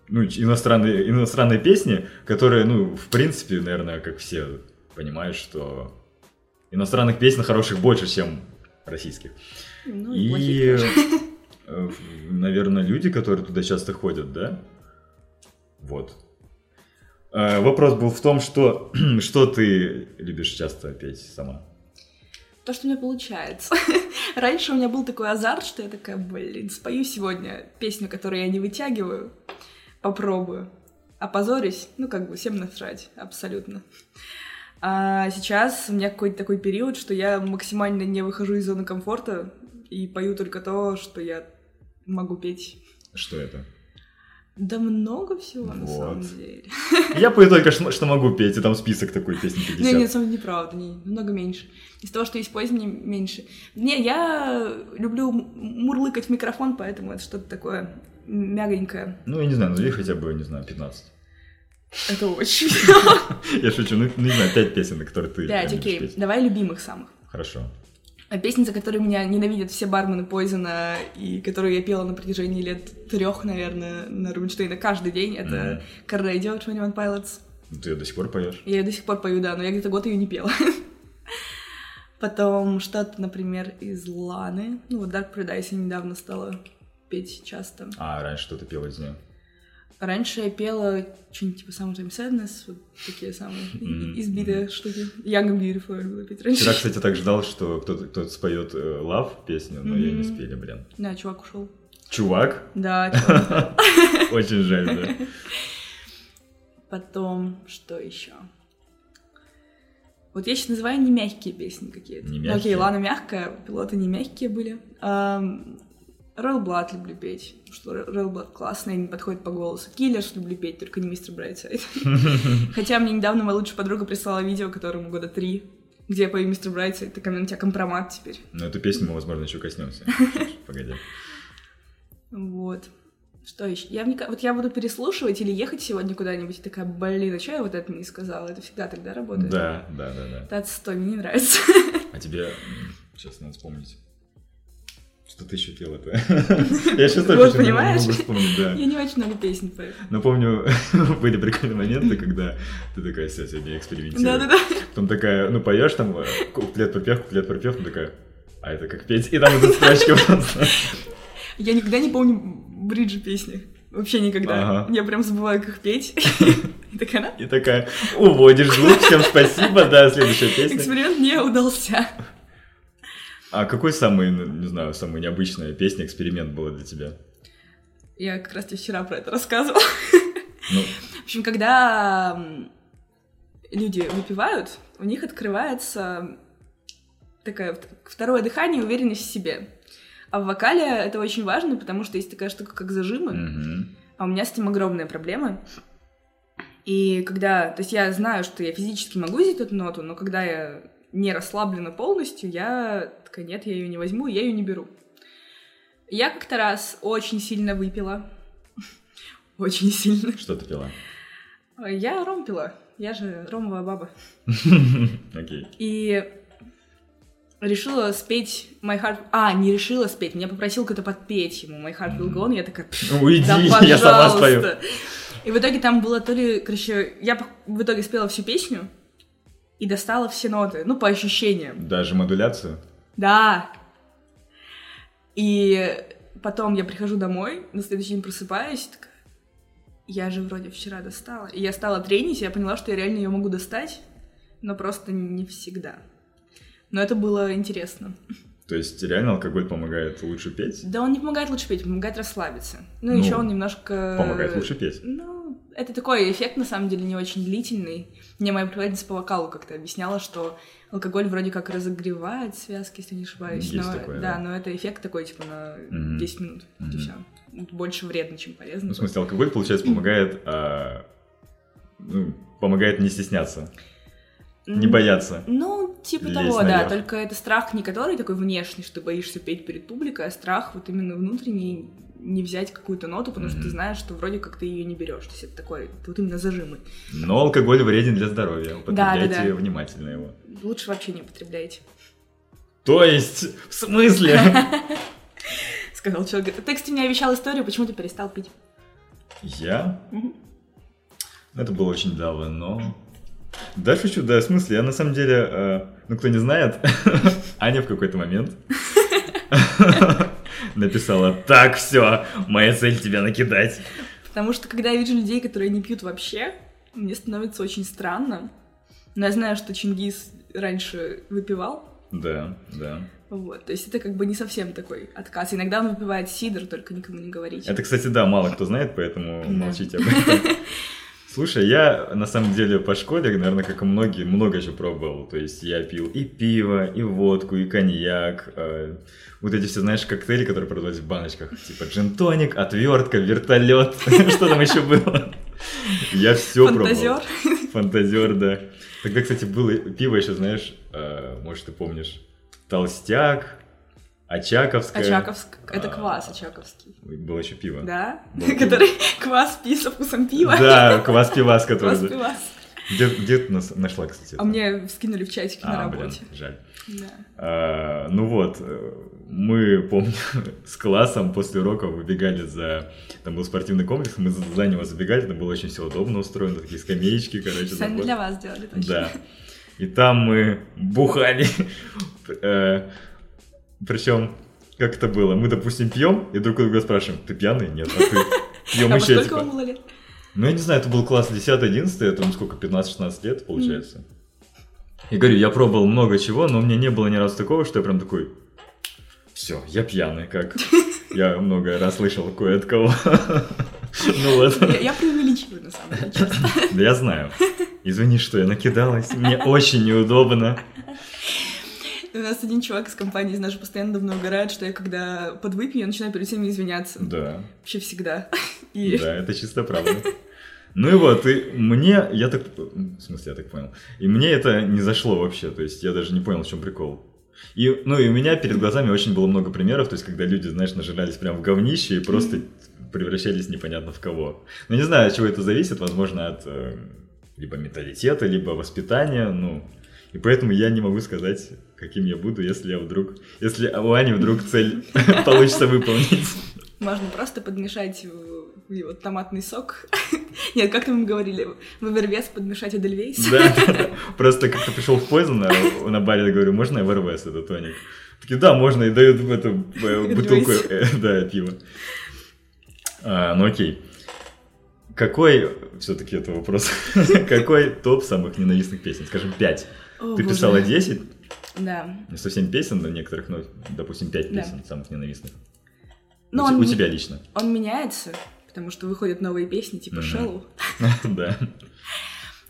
ну, ч- иностранные, иностранные песни, которые, ну, в принципе, наверное, как все понимают, что иностранных песен хороших больше, чем российских.
Ну и плохие,
И,
конечно.
э, в- наверное, люди, которые туда часто ходят, да? Вот. Э, Вопрос был в том, что, что ты любишь часто петь сама.
То, что у меня получается. Раньше у меня был такой азарт, что я такая, блин, спою сегодня песню, которую я не вытягиваю, попробую. Опозорюсь, ну как бы всем насрать, абсолютно. А сейчас у меня какой-то такой период, что я максимально не выхожу из зоны комфорта и пою только то, что я могу петь.
Что это? Да
Да много всего, на самом
Вот.
деле.
Я пою только, что что могу петь, и там список такой песни
Ну, нет,
50.
на самом деле неправда, не, намного меньше. Из того, что есть позднее, меньше. Не, я люблю м- мурлыкать в микрофон, поэтому это что-то такое мягонькое.
Ну, я не знаю, назови хотя бы, не знаю, 15.
Это очень.
Я шучу, ну, ну, не знаю, 5 песен, на которые ты
Пять,
любишь
окей.
петь.
Давай любимых самых.
Хорошо.
А Песни, за которые меня ненавидят все бармены Пойзена, и которую я пела на протяжении лет трех, наверное, на Рубинштейна каждый день, это «Когда идет 21 Pilots».
Ну, Ты ее до сих пор поешь?
Я ее до сих пор пою, да, но я где-то год ее не пела. Потом что-то, например, из Ланы. Ну, вот Dark Paradise я недавно стала петь часто.
А, раньше что-то пела из нее.
Раньше я пела что-нибудь типа Summer Time Sadness, вот такие самые и-
Мгм.
избитые штуки. Young and Beautiful я любила петь раньше.
Вчера, кстати, так ждал, что кто-то кто споет Love песню, но ее не
Мгм.
спели, блин.
Да, чувак ушел.
Чувак,
Да, чувак.
Очень жаль, да.
Потом, что еще? Вот я сейчас называю не мягкие песни какие-то.
Не
Ну,
мягкие.
Окей, Лана мягкая, пилоты не мягкие были. Royal Blood люблю петь, потому что Ро- Royal Blood классный, не подходит по голосу. Киллерс люблю петь, только не мистер Брайтсайд. Хотя мне недавно моя лучшая подруга прислала видео, которому года три, где я пою мистер Брайтсайд, так у меня у тебя компромат теперь.
Но эту песню мы, возможно, еще коснемся. Погоди.
Вот. Что еще? Я вник- вот я буду переслушивать или ехать сегодня куда-нибудь и такая, блин, а что я вот это не сказала? Это всегда тогда работает.
Да, да, да, да.
Это отстой, мне не нравится.
А тебе... Сейчас надо вспомнить. Что ты еще пела-то? Я сейчас
Вот,
тоже не
понимаешь?
могу вспомнить, да.
Я не очень много песен пою.
Но Ну, помню, были прикольные моменты, когда ты такая, «Всё, сегодня экспериментируешь.
Да-да-да.
Потом такая, ну поешь там, э, куплет-пропев, куплет-пропев, ну такая, А это как петь, и там идут строчки просто.
Я никогда не помню бриджи песни. Вообще никогда.
Ага.
Я прям забываю, как петь. И такая, «На,
И такая, уводишь звук, всем спасибо, да, следующая песня.
эксперимент не удался.
А какой самый, ну, не знаю, самая необычная песня, эксперимент была для тебя?
Я как раз тебе вчера про это рассказывала.
Ну,
В общем, когда м, люди выпивают, у них открывается такое вт- второе дыхание, и уверенность в себе. А в вокале это очень важно, потому что есть такая штука, как зажимы.
мгм.
А у меня с этим огромная проблема. И когда... То есть я знаю, что я физически могу взять эту ноту, но когда я не расслаблена полностью, я такая, нет, я ее не возьму, я ее не беру. Я как-то раз очень сильно выпила. Очень сильно.
что ты пила?
Я ром пила. Я же ромовая баба.
Окей.
И решила спеть My Heart... А, не решила спеть. Меня попросил кто-то подпеть ему My Heart Will Go On. Я такая... «Пф,
Ну, Уйди,
Да,
я сама спою.
пожалуйста. И в итоге там было то ли, короче, я пох- в итоге спела всю песню и достала все ноты, ну, по ощущениям.
Даже модуляцию?
Да. И потом я прихожу домой, на следующий день просыпаюсь, и такая, я же вроде вчера достала. И я стала тренить, и я поняла, что я реально ее могу достать, но просто не всегда. Но это было интересно.
То есть реально алкоголь помогает лучше петь?
Да он не помогает лучше петь, помогает расслабиться. Ну,
Ну,
еще он немножко...
Помогает лучше петь.
Ну, это такой эффект, на самом деле, не очень длительный. Мне моя преподавательница по вокалу как-то объясняла, что алкоголь вроде как разогревает связки, если не ошибаюсь.
Есть
но,
такое,
да,
да.
но это эффект такой, типа, на
Мгм.
10 минут. Вот И
Мгм.
все. Больше вредно, чем полезно.
Ну, в смысле, алкоголь, получается, помогает, а, ну, помогает не стесняться, не
М,
бояться.
Ну, типа
Лезть
того, да.
наверх.
Только это страх не который такой внешний, что ты боишься петь перед публикой, а страх вот именно внутренний не взять какую-то ноту, потому что ты
Мгм.
знаешь, что вроде как ты ее не берешь. То есть это такой, это вот именно зажимы.
Но алкоголь вреден для здоровья. Употребляйте
да.
внимательно его.
Лучше вообще не употребляйте.
То есть, в смысле?
Сказал человек. говорит, Ты, кстати, мне обещал историю, почему ты перестал пить.
Я?
Мгм.
Ну, Это было очень давно. Да, шучу, да, в смысле, я на самом деле, э, ну, кто не знает, Аня в какой-то момент написала, так, все, моя цель тебя накидать.
Потому что, когда я вижу людей, которые не пьют вообще, мне становится очень странно. Но я знаю, что Чингис раньше выпивал.
Да, да.
Вот, то есть это как бы не совсем такой отказ. Иногда он выпивает сидр, только никому не говорите.
Это, кстати, да, мало кто знает, поэтому
Да.
молчите об этом. Слушай, я на самом деле по школе, наверное, как и многие, много еще пробовал. То есть я пил и пиво, и водку, и коньяк. э, вот эти все, знаешь, коктейли, которые продавались в баночках. Типа джин-тоник, отвертка, вертолет. Что там еще было? Я все пробовал.
Фантазер.
Фантазер, да. Тогда, кстати, было пиво еще, знаешь, э, может, ты помнишь, толстяк, очаковское.
Очаковск. Это
А.
квас очаковский.
Было еще пиво.
Да?
Был пиво.
Который квас пи со вкусом пива.
Да, квас-пивас, который...
Квас пивас.
Где, где ты нас нашла, кстати? это?
А мне скинули в чатике на
А, блин,
работе.
жаль.
Да.
А, ну вот, э, мы, помню, с классом после урока выбегали за... Там был спортивный комплекс, мы за за него забегали, там было очень все удобно устроено, такие скамеечки, короче.
Специально
забор.
для вас делали точно.
Да. И там мы бухали. Причем, как это было? Мы, допустим, пьем, и друг у друга спрашиваем, ты пьяный? Нет, а ты? Пьем
А во
еще,
сколько
типа.
вам было лет?
Ну, я не знаю, это был класс 10-11, это ну, сколько, 15-16 лет, получается. И говорю, я пробовал много чего, но у меня не было ни разу такого, что я прям такой, все, я пьяный, как я много раз слышал кое от кого. Ну вот,
Я, я преувеличиваю, на самом деле, честно.
да я знаю. Извини, что я накидалась, мне очень неудобно.
У нас один чувак из компании из нашей постоянно давно угорает, что я когда подвыпью, я начинаю перед всеми извиняться.
Да,
Вообще всегда. И
да, это чисто правда. Ну и вот, и мне, я так, в смысле, я так понял. И мне это не зашло вообще, то есть я даже не понял, в чем прикол. И, ну и у меня перед глазами очень было много примеров, то есть когда люди, знаешь, нажирались прям в говнище и просто превращались непонятно в кого. Ну не знаю, от чего это зависит, возможно, от э, либо менталитета, либо воспитания, ну. И поэтому я не могу сказать, каким я буду, если я вдруг, если у Ани вдруг цель получится выполнить.
можно просто подмешать в- и вот томатный сок. Нет, как там мы говорили, в подмешать Эдельвейс.
Да, да. просто как-то пришел в поезд на, на баре, говорю, можно я в это тоник? Такие, да, можно, и дают эту э, бутылку, э, да, пива. А, ну окей. Какой, все-таки это вопрос, какой топ самых ненавистных песен? Скажем, 5.
О,
Ты
боже.
писала 10,
Да.
не совсем песен, но некоторых, ну, допустим, 5
Да.
песен самых ненавистных.
Но
у, те-
он,
у
ми-
тебя лично.
он меняется, потому что выходят новые песни, типа
Мгм.
Шеллоу.
да.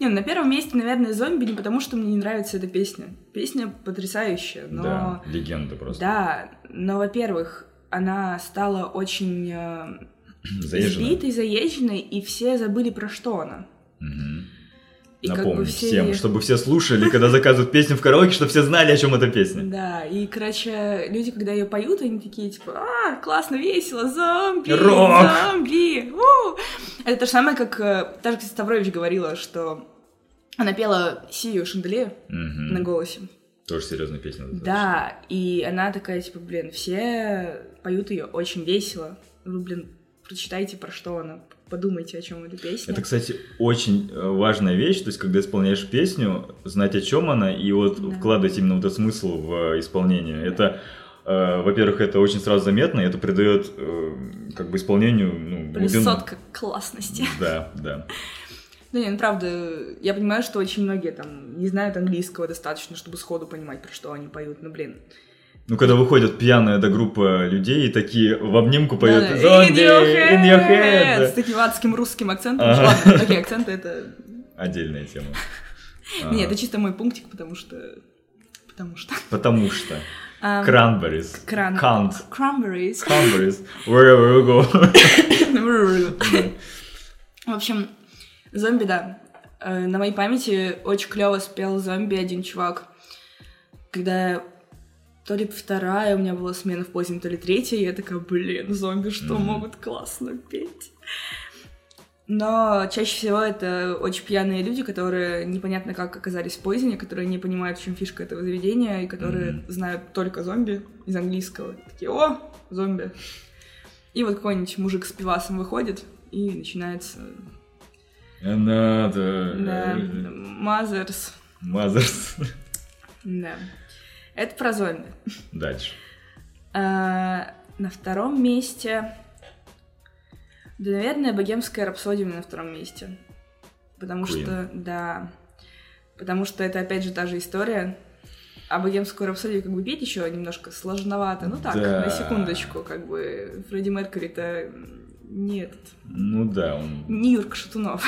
Не, ну, на первом месте, наверное, зомби, не потому что мне не нравится эта песня. Песня потрясающая, но...
Да, легенда просто.
Да, но, во-первых, она стала очень э,
Заезжена.
избитой, заезженной, и все забыли, про что она.
Мгм.
И как бы
Напомню
все-
всем, чтобы все слушали, когда заказывают песню в караоке, чтобы все знали, о чем эта песня.
Да, и, короче, люди, когда ее поют, они такие, типа, а, классно, весело, зомби,
Рок!»
зомби, у!» Это то же самое, как э, та же, кстати, Ставрович говорила, что она пела «Сию Шанделею»
Мгм.
на голосе.
Тоже серьезная песня. достаточно.
Да, и она такая, типа, блин, все поют ее очень весело. Вы, блин, прочитайте, про что она, подумайте, о чем эта песня.
Это, кстати, очень э, важная вещь, то есть, когда исполняешь песню, знать, о чем она, и вот
Да.
вкладывать именно вот этот смысл в э, исполнение. Это, э, во-первых, это очень сразу заметно, и это придает э, как бы исполнению ну,
Плюс
глубину.
сотка классности.
Да, да.
Да не, ну правда, я понимаю, что очень многие там не знают английского достаточно, чтобы сходу понимать, про что они поют, ну блин.
Ну, когда выходит пьяная эта группа людей и такие в обнимку поют
Да-да.
«Zombie,
In your
in your head!»
head! С таким адским русским акцентом.
Ага.
Ладно, такие акценты это...
Отдельная тема. А,
Не, это чисто мой пунктик, потому что... Потому что...
Потому что.
Ам,
Cranberries.
кран-
Can't.
Cranberries.
Cranberries. Wherever you go.
В общем, зомби, да. Э, На моей памяти очень клево спел зомби один чувак. Когда то ли вторая у меня была смена в позднем, то ли третья, и я такая, блин, зомби что
Мгм.
могут классно петь. Но чаще всего это очень пьяные люди, которые непонятно как оказались в поезде, которые не понимают, в чем фишка этого заведения, и которые
Мгм.
знают только зомби из английского. Такие, о, зомби. И вот какой-нибудь мужик с пивасом выходит, и начинается
э,
да,
Надо.
Mothers.
Мазерс.
Да. Это про зомби.
Дальше.
А, на втором месте... Да, наверное, богемская рапсодия у меня на втором месте. Потому
Queen.
что, да. Потому что это, опять же, та же история. А богемскую рапсодию как бы петь еще немножко сложновато. Ну так,
Да.
на секундочку, как бы Фредди Меркьюри-то не этот,
Ну да, он
не Юрка Шатунов.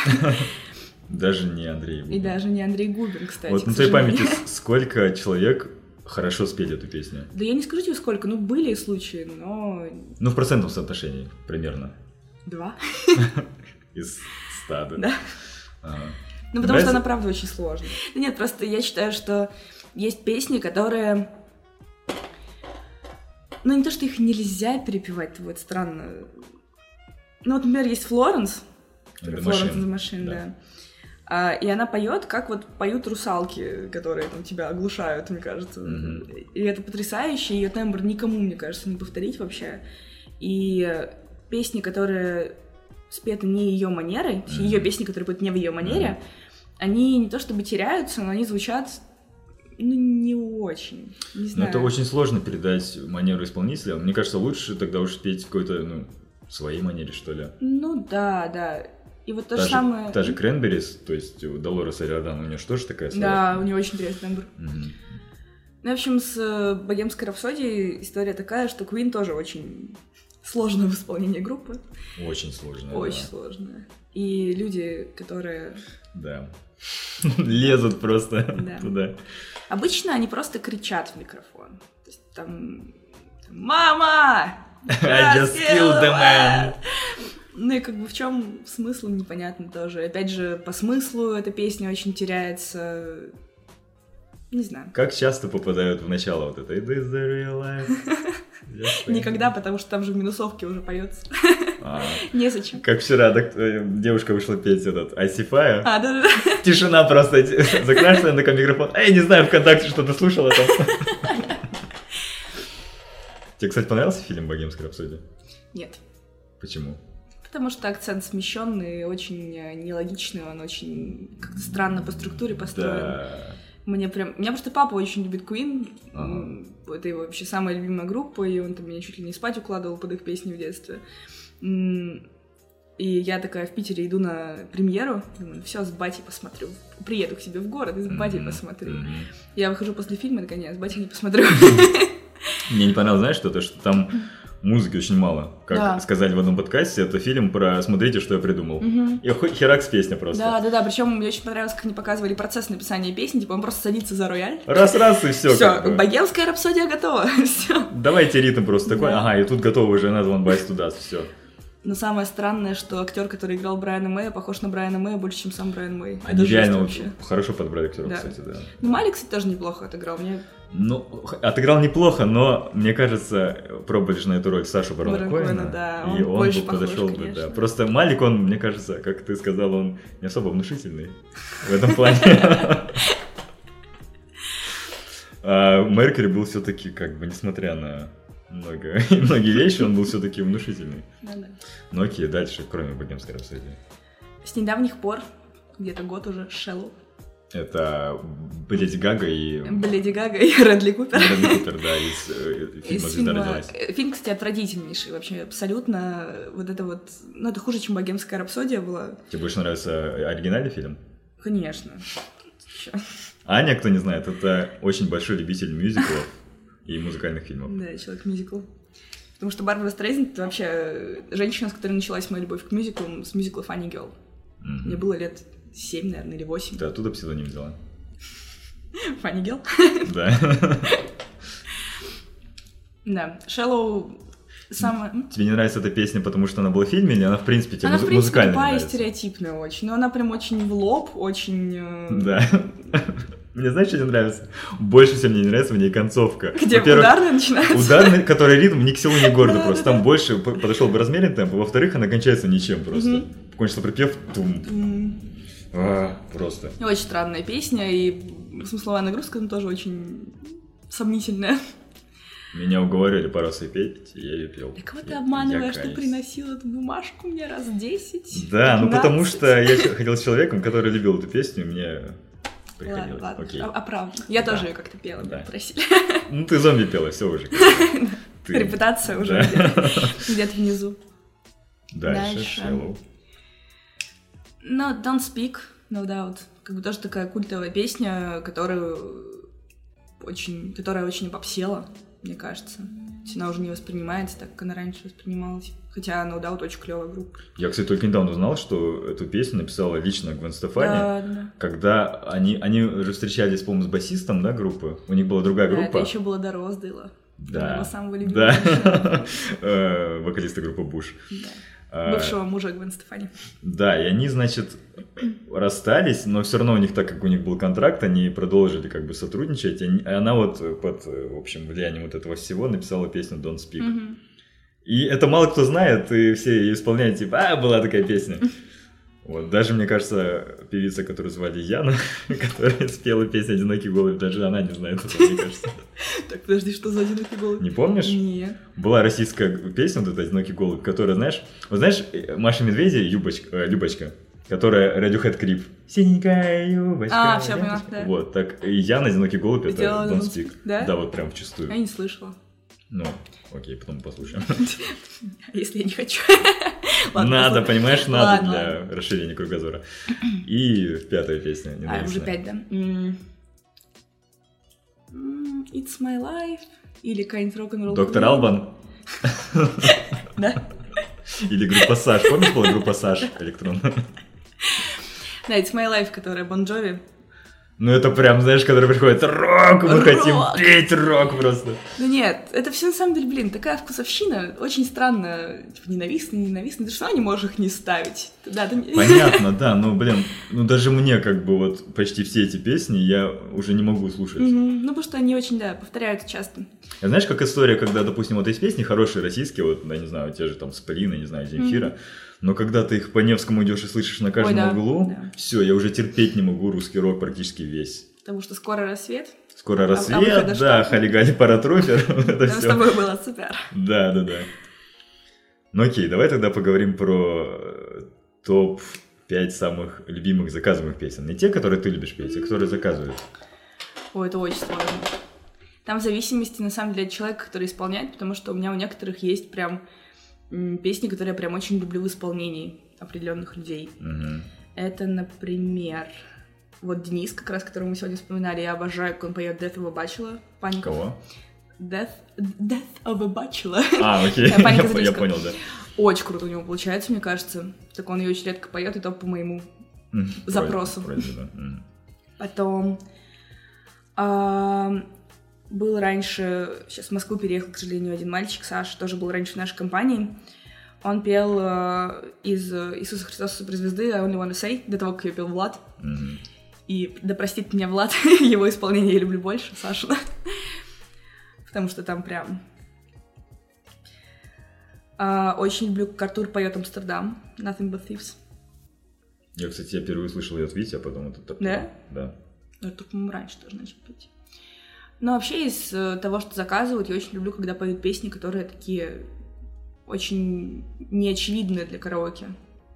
даже не Андрей.
И
Губин.
даже не Андрей Губин, кстати.
Вот
к
на твоей
сожалению.
памяти с- сколько человек хорошо спели эту песню?
Да я не скажу тебе сколько, ну были случаи, но
Ну, в процентном соотношении примерно.
два.
Из А, стада.
Да.
Ага.
Ну потому
Нравится?
что она правда очень сложная. Да нет, просто я считаю, что есть песни, которые... Ну не то, что их нельзя перепевать, вот странно. Ну вот, например, есть Флоренс.
Это
Флоренс из
машина.
машин,
да.
да. А, и она поет, как вот поют русалки, которые там тебя оглушают, мне кажется.
Мгм.
И это потрясающе, ее тембр никому, мне кажется, не повторить вообще. И э, песни, которые спеты не ее манерой,
Мгм.
ее песни, которые будут не в ее манере, они не то чтобы теряются, но они звучат ну, не очень. Не
Но
знаю.
это очень сложно передать манеру исполнителя. Мне кажется, лучше тогда уж петь в какой-то, ну, своей манере, что ли.
Ну да, да. И вот то
та
же самое.
Та же Кренберис, то есть у Долореса Риордан, у нее же тоже такая своя.
Да, у нее очень интересный тембр.
Мгм.
Ну, в общем, с э, «Богемской рапсодией» история такая, что Queen тоже очень сложное в исполнении группы.
Очень сложно.
Очень сложная. И люди, которые...
Да. Да. Лезут просто
Да.
туда.
Обычно они просто кричат в микрофон. То есть там... там, «Мама!
I just killed the man.
Ну и как бы в чем смысл, непонятно тоже. Опять же, по смыслу эта песня очень теряется. Не знаю.
Как часто попадают в начало вот это? It is the real life. Just think.
Никогда, потому что там же в минусовке уже поется.
А,
Незачем.
Как вчера так, э, девушка вышла петь этот Айсифая.
А, да-да-да.
Тишина просто закрашена на микрофон. Эй, не знаю, ВКонтакте что-то слушала там. Тебе, кстати, понравился фильм «Богемская рапсодия»?
Нет.
Почему?
потому что акцент смещенный, очень э, нелогичный, он очень как-то странно по структуре построен.
Да.
Мне прям... Меня просто папа очень любит Queen.
Ага.
М, Это его вообще самая любимая группа, и он там меня чуть ли не спать укладывал под их песни в детстве. М, И я такая в Питере иду на премьеру, думаю, все, с батей посмотрю. Приеду к себе в город и с батей
Мгм.
посмотрю.
Мгм.
Я выхожу после фильма, такая, нет, с батей не посмотрю.
Мне не понравилось, знаешь, что то, что там музыки очень мало. Как
Да.
сказали в одном подкасте, это фильм про «Смотрите, что я придумал».
Мгм.
И хуй- херакс песня просто.
Да, да, да. Причем мне очень понравилось, как они показывали процесс написания песни. Типа он просто садится за рояль.
Раз-раз и все.
Все, богемская рапсодия готова. Все.
Давайте ритм просто такой.
Да.
Ага, и тут готова уже назван Байс туда, все.
Но самое странное, что актер, который играл Брайана Мэя, похож на Брайана Мэя больше, чем сам Брайан Мэй. Это
Они
жесть
реально вот
вообще.
хорошо подбрали актеров,
Да.
кстати, да.
Ну, Малик, кстати, тоже неплохо отыграл. Мне
Ну, х- отыграл неплохо, но, мне кажется, пробовали же на эту роль Сашу Барона
Барона
Коэна,
Коэна, да,
и
он
он
больше
бы
похож,
подошел бы, да.
конечно.
Просто Малик, он, мне кажется, как ты сказал, он не особо внушительный в этом плане. А Меркьюри был все-таки, как бы, несмотря на много, многие вещи, он был все-таки внушительный. Ну окей, дальше, кроме богемской рапсодии.
с недавних пор, где-то год уже, Шеллоу,
Это Леди Гага и
Леди Гага и Редли Купер.
Брэдли Купер, да, из э, фильма
Из
«Звезда
фильма-
родилась».
э, Фильм, кстати, отвратительнейший вообще, абсолютно. Вот это вот... Ну, это хуже, чем «Богемская рапсодия» была.
Тебе больше нравится оригинальный фильм?
Конечно. Чё?
Аня, кто не знает, это очень большой любитель мюзиклов и музыкальных фильмов.
Да, человек мюзикл. Потому что Барбара Стрейзен — это вообще э, женщина, с которой началась моя любовь к мюзиклам, с мюзикла «Фанни Girl.
Мгм.
Мне было лет 7, наверное, или 8.
Ты оттуда псевдоним взяла?
«Фанни Girl.
Да.
Да, Шеллоу самая... м?
Тебе не нравится эта песня, потому что она была в фильме, или она, в принципе, тебе
Она, в
музы-
принципе,
музыкально не
тупая и
нравится?
стереотипная очень, но она прям очень в лоб, очень... э,
Да. Мне знаешь, что не нравится? Больше всего мне не нравится в ней концовка.
Где
Во-первых,
ударная начинается.
Ударный, который ритм ни к селу, ни к городу
Да,
просто.
да,
Там
да.
больше по- подошел бы размерен темп. Во-вторых, она кончается ничем просто.
Мгм.
Кончился припев тум.
М,
А, Просто.
не Очень странная песня, и смысловая нагрузка там тоже очень сомнительная.
Меня уговорили пару раз ее петь, и я ее пел.
Да кого ты
Я-
обманываешь,
я
ты
каюсь.
приносил эту бумажку мне раз 10?
Да, ну
15?
потому что я ч- ходил с человеком, который любил эту песню, и мне
Ладно,
приходилось.
ладно,
Окей.
а- оправдано. Я
Да.
тоже ее как-то пела, меня
Да.
просили.
Ну ты зомби пела, все уже. Ты-
Репутация уже
Да.
где-то внизу.
Дальше,
Дальше.
Shallow.
Ну, Don't Speak, No Doubt. Как бы тоже такая культовая песня, которую очень, которая очень обобсела, мне кажется. То есть она уже не воспринимается так, как она раньше воспринималась. Хотя No Doubt очень клевая группа.
Я, кстати, только недавно узнал, что эту песню написала лично Гвен Стефани.
Да, да.
Когда они, они же встречались, по-моему, с басистом, да, группы? У них была другая
Да, это
группа.
еще было до Роздейла. Моего
Да.
самого любимого.
Да. Э, Вокалиста группы Буш.
Да.
Э,
Бывшего мужа Гвен Стефани.
Да, и они, значит, расстались, но все равно у них, так как у них был контракт, они продолжили как бы сотрудничать. И они- она вот э, под, э, в общем, влиянием вот этого всего написала песню Don't Speak.
Мгм.
И это мало кто знает, и все ее исполняют, типа, а, была такая песня. Вот, даже, мне кажется, певица, которую звали Яна, которая спела песню «Одинокий голубь», даже она не знает этого, мне кажется.
Так, подожди, что за одинокий голубь?
Не помнишь?
Нет.
Была российская песня, вот эта «Одинокий голубь», которая, знаешь, вот знаешь, э, Маша Медведя, Юбочка, э, Любочка, которая Radiohead Creep. Синенькая юбочка.
А, всё, поняла,
ленточка».
да.
Вот, так, и Яна «Одинокий голубь» — это
Сделала
Don't
Don't
Speak.
Speak, да?
Да, вот прям вчистую.
Я не слышала.
Ну, окей, потом послушаем.
Если я не хочу.
надо,
послушай.
понимаешь, надо
Ладно,
для расширения кругозора. И пятая песня,
А, уже
ненавистная.
пять, да? М. М, It's My Life или какая-нибудь рок-н-ролл.
Доктор Албан
Ну, Да.
или группа Саш. Помнишь, была группа Саш электронная?
Да, It's My Life, которая Бон Джови.
Ну это прям, знаешь, который приходит рок, мы
Рок.
хотим петь рок просто.
Ну нет, это все на самом деле, блин, такая вкусовщина, очень странно, типа, ненавистно, ненавистно, ты же все равно не можешь их не ставить. Да, ты не-
Понятно, да, но, блин, ну даже мне как бы вот почти все эти песни я уже не могу слушать.
Мгм. Ну, потому что они очень, да, повторяются часто.
А знаешь, как история, когда, допустим, вот есть песни хорошие российские, вот, я не знаю, те же там Сплин, я не знаю, Земфира, но когда ты их по Невскому идешь и слышишь на каждом
да,
углу,
да.
все, я уже терпеть не могу русский рок практически весь.
Потому что скоро рассвет.
Скоро
а
рассвет,
выхода
да,
что?
хали-гали, паратрупер, это
Нам с
все.
тобой было супер.
Да, да, да. Ну окей, давай тогда поговорим про топ-5 самых любимых заказываемых песен. Не те, которые ты любишь петь, а которые заказывают.
Ой, это очень сложно. Там в зависимости, на самом деле, от человека, который исполняет, потому что у меня у некоторых есть прям м, песни, которые я прям очень люблю в исполнении определенных людей.
Мгм.
Это, например, вот Денис, как раз, которого мы сегодня вспоминали, я обожаю, как он поет Death of a Bachelor, Паника.
Кого?
Death, Death of a Bachelor.
А, окей,
Да,
я
Паника
по- я
Зрительского.
понял, да.
Очень круто у него получается, мне кажется. Так он ее очень редко поет, и то по моему
М,
Запросу.
вроде- вроде, да. М.
Потом а, был раньше, сейчас в Москву переехал, к сожалению, один мальчик, Саша, тоже был раньше в нашей компании. Он пел э, из э, «Иисуса Христоса Суперзвезды» «I only wanna say», до того, как ее пел Влад.
Мгм.
И да простит меня Влад, его исполнение я люблю больше, Саша. Потому что там прям... А, очень люблю, как Артур поет «Амстердам», «Nothing but Thieves».
Я, кстати, я впервые услышал ее твит, а потом это топ.
Да?
Да.
Ну, это, по-моему, раньше тоже начал петь. Но вообще из э, того, что заказывают, я очень люблю, когда поют песни, которые такие очень неочевидные для караоке.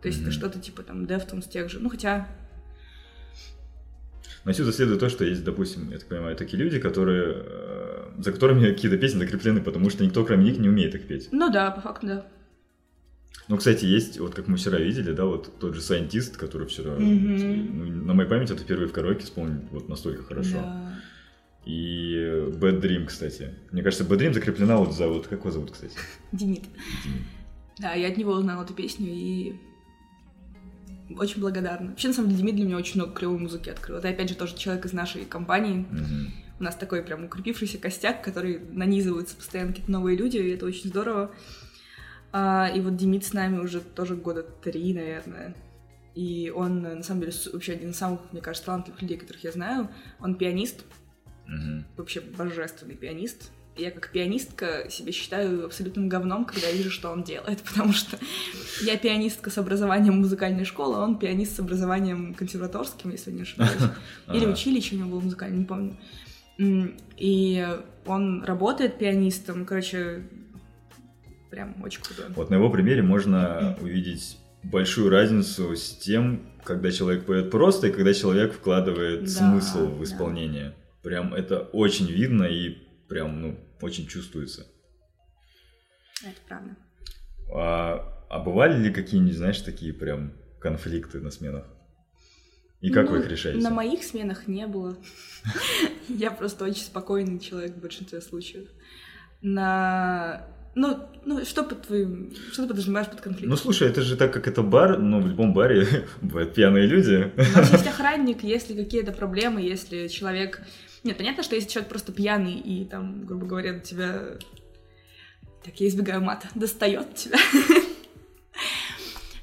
То есть это
Мгм.
что-то типа там Deftones тех же. Ну, хотя...
Но отсюда следует то, что есть, допустим, я так понимаю, такие люди, которые э, за которыми какие-то песни закреплены, потому что никто, кроме них, не умеет их петь.
Ну да, по факту да.
Ну, кстати, есть, вот как мы вчера видели, да, вот тот же сайентист, который вчера,
Мгм.
ну, на моей памяти, это впервые в караоке исполнил вот настолько хорошо.
Да.
И э, Bad Dream, кстати. Мне кажется, Bad Dream закреплена вот за вот, как его зовут, кстати?
Денит.
Дим.
Да, я от него узнала эту песню и очень благодарна. Вообще, на самом деле, Демид для меня очень много клевой музыки открыл. Это, опять же, тоже человек из нашей компании.
Мгм.
У нас такой прям укрепившийся костяк, который нанизываются постоянно какие-то новые люди, и это очень здорово. А, и вот Демид с нами уже тоже года три, наверное. И он, э, на самом деле, с- вообще один из самых, мне кажется, талантливых людей, которых я знаю. Он пианист,
Мгм.
вообще божественный пианист. И Я как пианистка себя считаю абсолютным говном, когда вижу, что он делает, потому что я пианистка с образованием музыкальной школы, а он пианист с образованием консерваторским, если не ошибаюсь. Или
Ага.
училище у него было музыкальное, не помню. М, И он работает пианистом, короче, прям очень круто.
Вот на его примере можно увидеть большую разницу с тем, когда человек поет просто и когда человек вкладывает
Да,
смысл в
да.
исполнение. Прям это очень видно и прям, ну, очень чувствуется.
Это правда.
А, а бывали ли какие-нибудь, знаешь, такие прям конфликты на сменах? И как вы
Ну,
их решаете?
На моих сменах не было. Я просто очень спокойный человек в большинстве случаев. На... Ну, ну что под твоим... Что ты подразумеваешь под
Ну
конфликтом?
слушай, это же так как это бар, но в любом баре бывают пьяные люди.
У нас есть охранник, если какие-то проблемы, если человек... Нет, понятно, что если человек просто пьяный и там, грубо говоря, до тебя... Так, я избегаю мата. Достает тебя.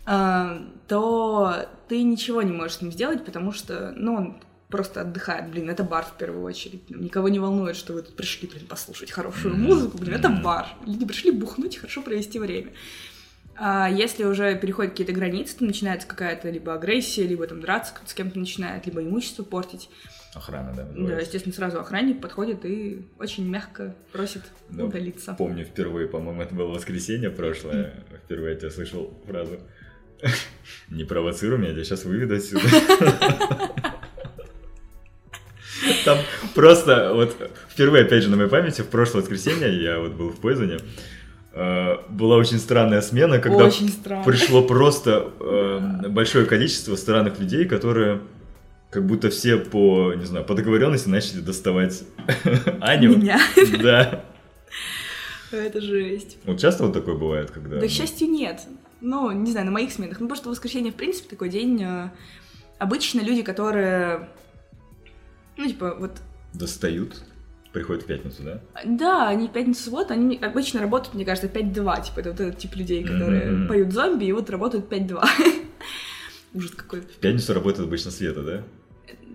а, то ты ничего не можешь с ним сделать, потому что, ну, он просто отдыхает, блин, это бар в первую очередь. Никого не волнует, что вы тут пришли, блин, послушать хорошую
Мгм.
музыку, блин, это
Мгм.
бар. Люди пришли бухнуть, хорошо провести время. А если уже переходят какие-то границы, то начинается какая-то либо агрессия, либо там драться с кем-то начинает, либо имущество портить.
Охрана, да.
Да,
называется.
естественно, сразу охранник подходит и очень мягко просит
Да.
удалиться.
Помню впервые, по-моему, это было воскресенье прошлое. Впервые я тебя слышал фразу. Не провоцируй меня, я тебя сейчас выведу отсюда. Там просто, вот впервые, опять же, на моей памяти, в прошлое воскресенье, я вот был в Пойзоне, э, была очень странная смена, когда
Очень странно.
пришло просто э, большое количество странных людей, которые как будто все по, не знаю, по договоренности начали доставать Аню.
Меня.
Да.
Это жесть.
Вот часто вот такое бывает, когда...
Да,
ну,
к счастью, нет. Ну, не знаю, на моих сменах. Ну, просто воскресенье, в принципе, такой день. э, Обычно люди, которые... Ну, типа, вот
Достают, приходят в пятницу, да?
Да, они пятницу вот, они обычно работают, мне кажется, 5-2, типа, это вот этот тип людей, которые
Мгм.
поют зомби, и вот работают 5-2. Ужас какой.
В пятницу работает обычно Света, да?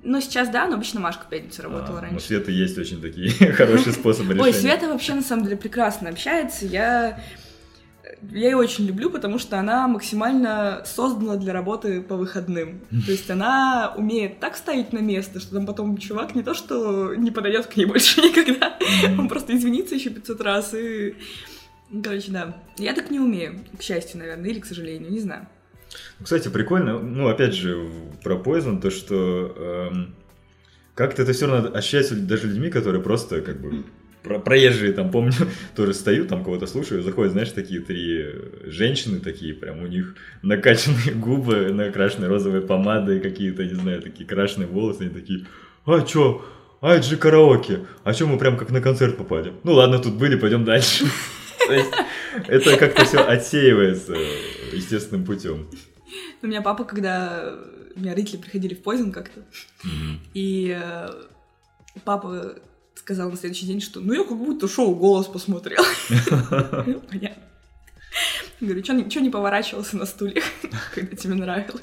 Но сейчас, да, но обычно Машка в пятницу работала
А, Ну,
раньше.
Света есть очень такие хорошие способы решения.
Ой, Света вообще, на самом деле, прекрасно общается, я... Я ее очень люблю, потому что она максимально создана для работы по выходным. То есть она умеет так ставить на место, что там потом чувак не то, что не подойдет к ней больше никогда,
Мгм.
Он просто извинится еще 500 раз и ну, Короче, да. Я так не умею, к счастью, наверное, или к сожалению, не знаю.
Кстати, прикольно, ну, опять же, в- про Poison, то, что эм, как-то это все равно ощущается лю- даже людьми, которые просто, как бы, про- проезжие, там, помню, тоже стою, там, кого-то слушаю, заходят, знаешь, такие три э, женщины такие, прям у них накачанные губы, накрашены розовой помадой, какие-то, не знаю, такие крашеные волосы, они такие, а чё, а это же караоке, а чё мы прям как на концерт попали? Ну, ладно, тут были, пойдем дальше. То есть Это как-то все отсеивается э, естественным путем.
У меня папа, когда у меня родители приходили в Poison как-то, и э, папа сказал на следующий день, что ну я как будто шоу «Голос» посмотрел. Понятно. Говорю, что не поворачивался на стуле, когда тебе нравилось?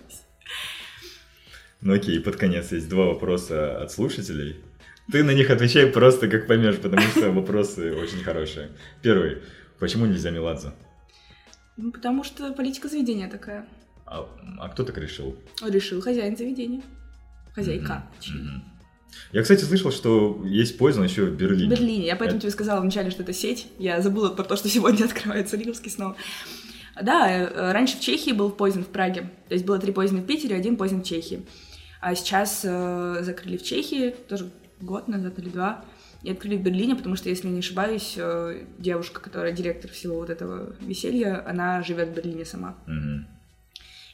Ну окей, под конец есть два вопроса от слушателей. Ты на них отвечай просто как поймешь, потому что вопросы очень хорошие. Первый. Почему нельзя Меладзе?
Ну, потому что политика заведения такая.
А, а кто так решил?
Он решил хозяин заведения. Хозяйка.
Мгм,
точнее.
мгм. Я, кстати, слышал, что есть Пойзен еще в
В
Берлине.
Берлине. Я поэтому
Это-
тебе сказала вначале, что это сеть. Я забыла про то, что сегодня открывается Риговский снова. Да, э, раньше в Чехии был Позин в Праге. То есть было три Позина в Питере, один Позин в Чехии. А сейчас э, закрыли в Чехии, тоже год назад или два. И открыли в Берлине, потому что, если не ошибаюсь, э, девушка, которая директор всего вот этого веселья, она живет в Берлине сама.
Мгм.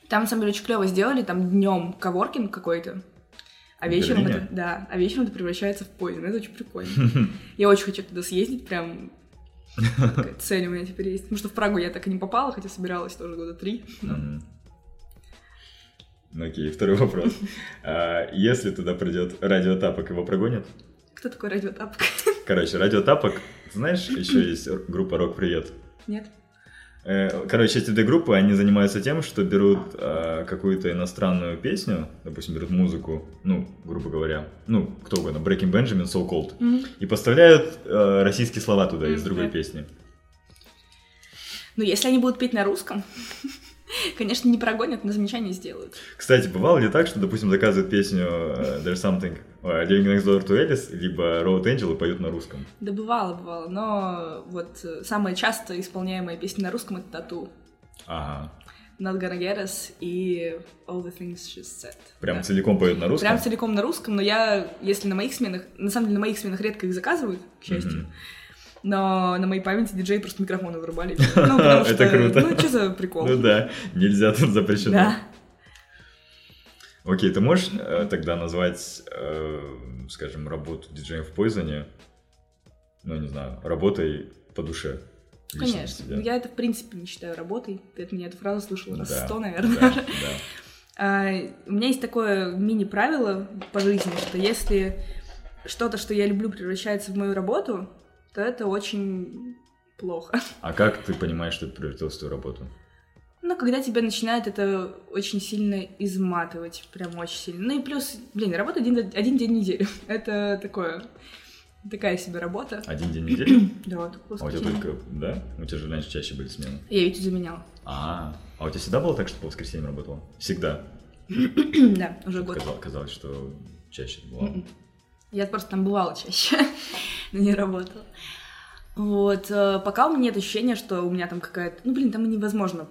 Там, на самом деле, очень клево сделали, там днем коворкинг какой-то, а
В
вечером,
Берлине?
это, да, а вечером это превращается в поезд, Ну, это очень прикольно. Я очень хочу туда съездить, прям такая цель у меня теперь есть. Потому что в Прагу я так и не попала, хотя собиралась тоже года три.
Мгм. Ну окей, второй вопрос. А, Если туда придет Радио Тапок, его прогонят?
Кто такой Радио Тапок?
Короче, Радио Тапок, знаешь, еще есть группа Рок Привет?
Нет?
Э, Короче, эти две группы, они занимаются тем, что берут э, какую-то иностранную песню, допустим, берут музыку, ну, грубо говоря, ну, кто угодно, Breaking Benjamin, So Cold,
М.
и поставляют э, российские слова туда из
Мгм,
другой
да.
песни.
Ну, если они будут петь на русском, конечно, не прогонят, но замечания сделают.
Кстати, бывало ли так, что, допустим, заказывают песню э, There's Something э, Living Next Door to Alice, либо Road Angel и поют на русском?
Да бывало, бывало, но вот э, самая часто исполняемая песня на русском — это «Тату».
Ага,
Not Gonna Get Us и All the Things She Said.
прям
Да.
целиком поют на русском?
Прям целиком на русском, но я, если на моих сменах, на самом деле на моих сменах редко их заказывают, к счастью,
Мгм.
но на моей памяти диджеи просто микрофоны вырубали. Ну, потому
Это
что,
круто.
Ну, что за прикол?
Ну да, нельзя, тут запрещено.
Да.
Окей, ты можешь э, тогда назвать, э, скажем, работу диджея в Пойзоне, ну, не знаю, работой по душе? лично для
Конечно.
тебя?
Но Я это, в принципе, не считаю работой. Ты от меня эту фразу слышала раз
Да,
сто, наверное.
Да, да.
А, у меня есть такое мини-правило по жизни, что если что-то, что я люблю, превращается в мою работу, то это очень плохо.
А как ты понимаешь, что это превратилось в твою работу?
Ну, когда тебя начинает это очень сильно изматывать, прям очень сильно. Ну и плюс, блин, работа один, один день в неделю. Это такое, такая себе работа.
Один день в неделю?
Да, вот,
А у тебя
воскресенье.
только, да? У тебя же раньше чаще были смены.
Я Витю заменяла.
А, а у тебя всегда было так, что по воскресеньям работала? Всегда.
да, уже год.
Казал- Казалось, что чаще было.
Мгм. Я просто там бывала чаще, но не работала. Вот, э, пока у меня нет ощущения, что у меня там какая-то... Ну, блин, там невозможно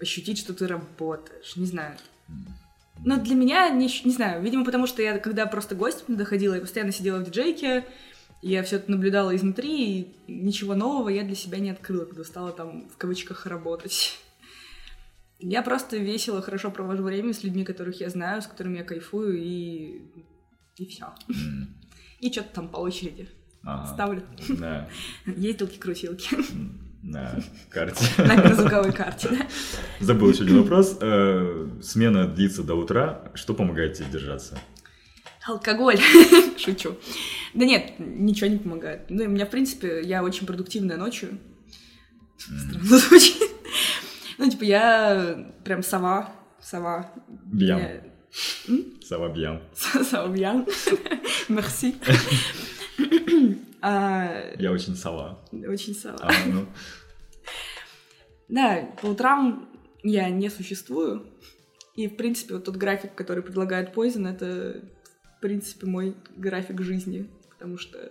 ощутить, что ты работаешь, не знаю. Но Ну, для меня, не, щ- не знаю, видимо, потому что я, когда просто гость доходила, я постоянно сидела в диджейке, я все это наблюдала изнутри, и ничего нового я для себя не открыла, когда стала там в кавычках работать. Я просто весело, хорошо провожу время с людьми, которых я знаю, с которыми я кайфую, и, и все.
М,
И что-то там по очереди
М-м. ага.
ставлю.
Да,
Ездилки-крутилки
м, на карте.
на грузовой карте. да.
Забыл еще один вопрос. Э, Смена длится до утра. Что помогает тебе держаться?
Алкоголь. Шучу. Да нет, ничего не помогает. Ну, и у меня, в принципе, я очень продуктивная ночью.
М,
Странно звучит. Ну, типа, я прям сова. Сова.
Бьям.
Я-
Сова бьям.
С- Сова бьян. Мерси. А,
Я очень сова.
Очень сова.
А, ну,
Да, по утрам я не существую. И, в принципе, вот тот график, который предлагает Poison, это, в принципе, мой график жизни. Потому что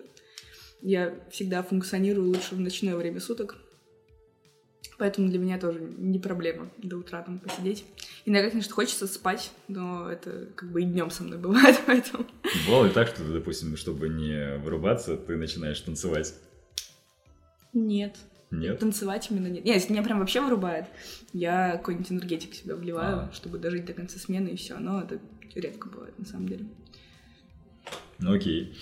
я всегда функционирую лучше в ночное время суток. Поэтому для меня тоже не проблема до утра там посидеть. Иногда, конечно, хочется спать, но это как бы и днем со мной бывает, поэтому...
Бывало ли так, что ты, допустим, чтобы не вырубаться, ты начинаешь танцевать?
Нет.
Нет?
Танцевать именно нет. Нет, если меня прям вообще вырубает, я какой-нибудь энергетик себя вливаю,
Ага.
чтобы дожить до конца смены и все. Но это редко бывает, на самом деле.
Ну окей.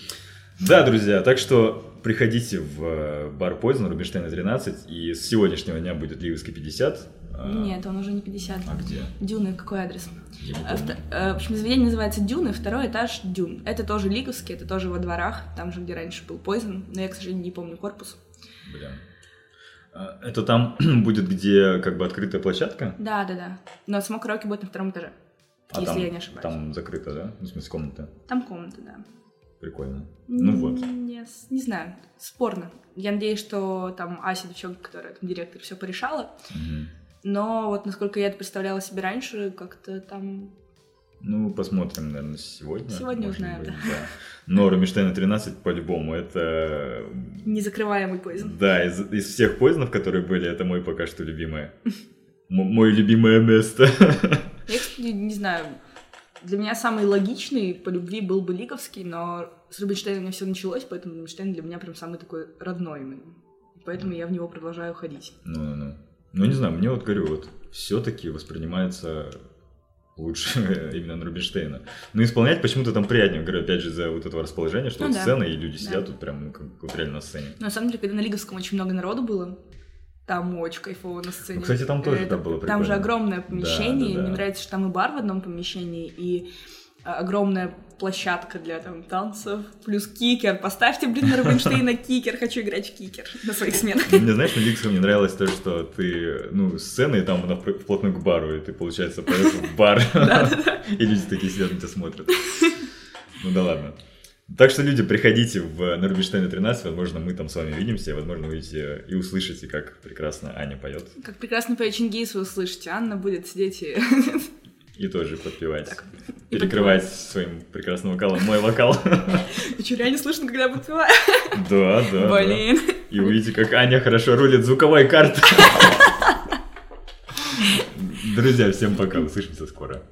Да, друзья, так что приходите в э, бар Пойзен, Рубинштейна 13, и с сегодняшнего дня будет Ливовский 50. а,
Нет, он уже не 50.
А где?
Дюны, какой адрес?
Я не
А,
помню.
вт- э, В общем, заведение называется Дюны, второй этаж Дюн. Это тоже Лиговский, это тоже во дворах, там же, где раньше был Пойзен, но я, к сожалению, не помню корпус.
Блин. А, Это там будет, где как бы открытая площадка?
Да, да, да. Но само караоке будет на втором этаже,
А
если
там,
я не ошибаюсь. Там,
Там закрыто, да? Ну, в смысле, комната.
комната, да.
Прикольно. Ну вот.
М, Не, с- не знаю, спорно. Я надеюсь, что там Ася, девчонка, которая там директор, все порешала.
Мгм.
Но вот насколько я это представляла себе раньше, как-то там...
Ну, посмотрим, наверное, сегодня.
Сегодня
может
узнаем,
быть,
да.
Но Рубинштейна 13 по-любому это...
Незакрываемый Пойзен.
Да, из, из всех поездов, которые были, это мой пока что любимое. М- Мое любимое место.
Я, кстати, не знаю, для меня самый логичный по любви был бы Лиговский, но с Рубинштейна у меня все началось, поэтому Рубинштейн для меня прям самый такой родной именно. И Поэтому я в него продолжаю ходить.
Ну, ну, ну. Ну, не знаю, мне вот говорю, вот все-таки воспринимается лучше именно на Рубинштейна. Но исполнять почему-то там приятнее, говорю, опять же, за вот этого расположения, что
Ну
вот
да.
сцена, и люди
Да.
сидят тут прям ну, как вот реально на сцене.
Но на самом деле, когда на Лиговском очень много народу было, там очень кайфово на сцене.
Ну, кстати, там тоже да, было
Там же
прикольно.
огромное помещение,
да, да.
мне нравится, что там и бар в одном помещении, и а, огромная площадка для там танцев, плюс кикер. Поставьте, блин, на Рубинштейна кикер, хочу играть в кикер на своих сменах.
Мне, знаешь, на Диксу мне нравилось то, что ты, ну, сцена, и там она впро- вплотную к бару, и ты, получается, поешь в бар. И люди такие сидят на тебя смотрят. Ну да ладно. Так что, люди, приходите в на Рубинштейна 13, возможно, мы там с вами увидимся, и, возможно, вы увидите и услышите, как прекрасно Аня поет,
Как прекрасно поет Чингис, вы услышите. Анна будет сидеть и...
и тоже подпевать.
Так. И
Перекрывать своим прекрасным вокалом мой вокал.
Что, реально слышно, когда я подпеваю?
Да, да, да.
Блин.
И увидите, как Аня хорошо рулит звуковой картой. Друзья, всем пока, услышимся скоро.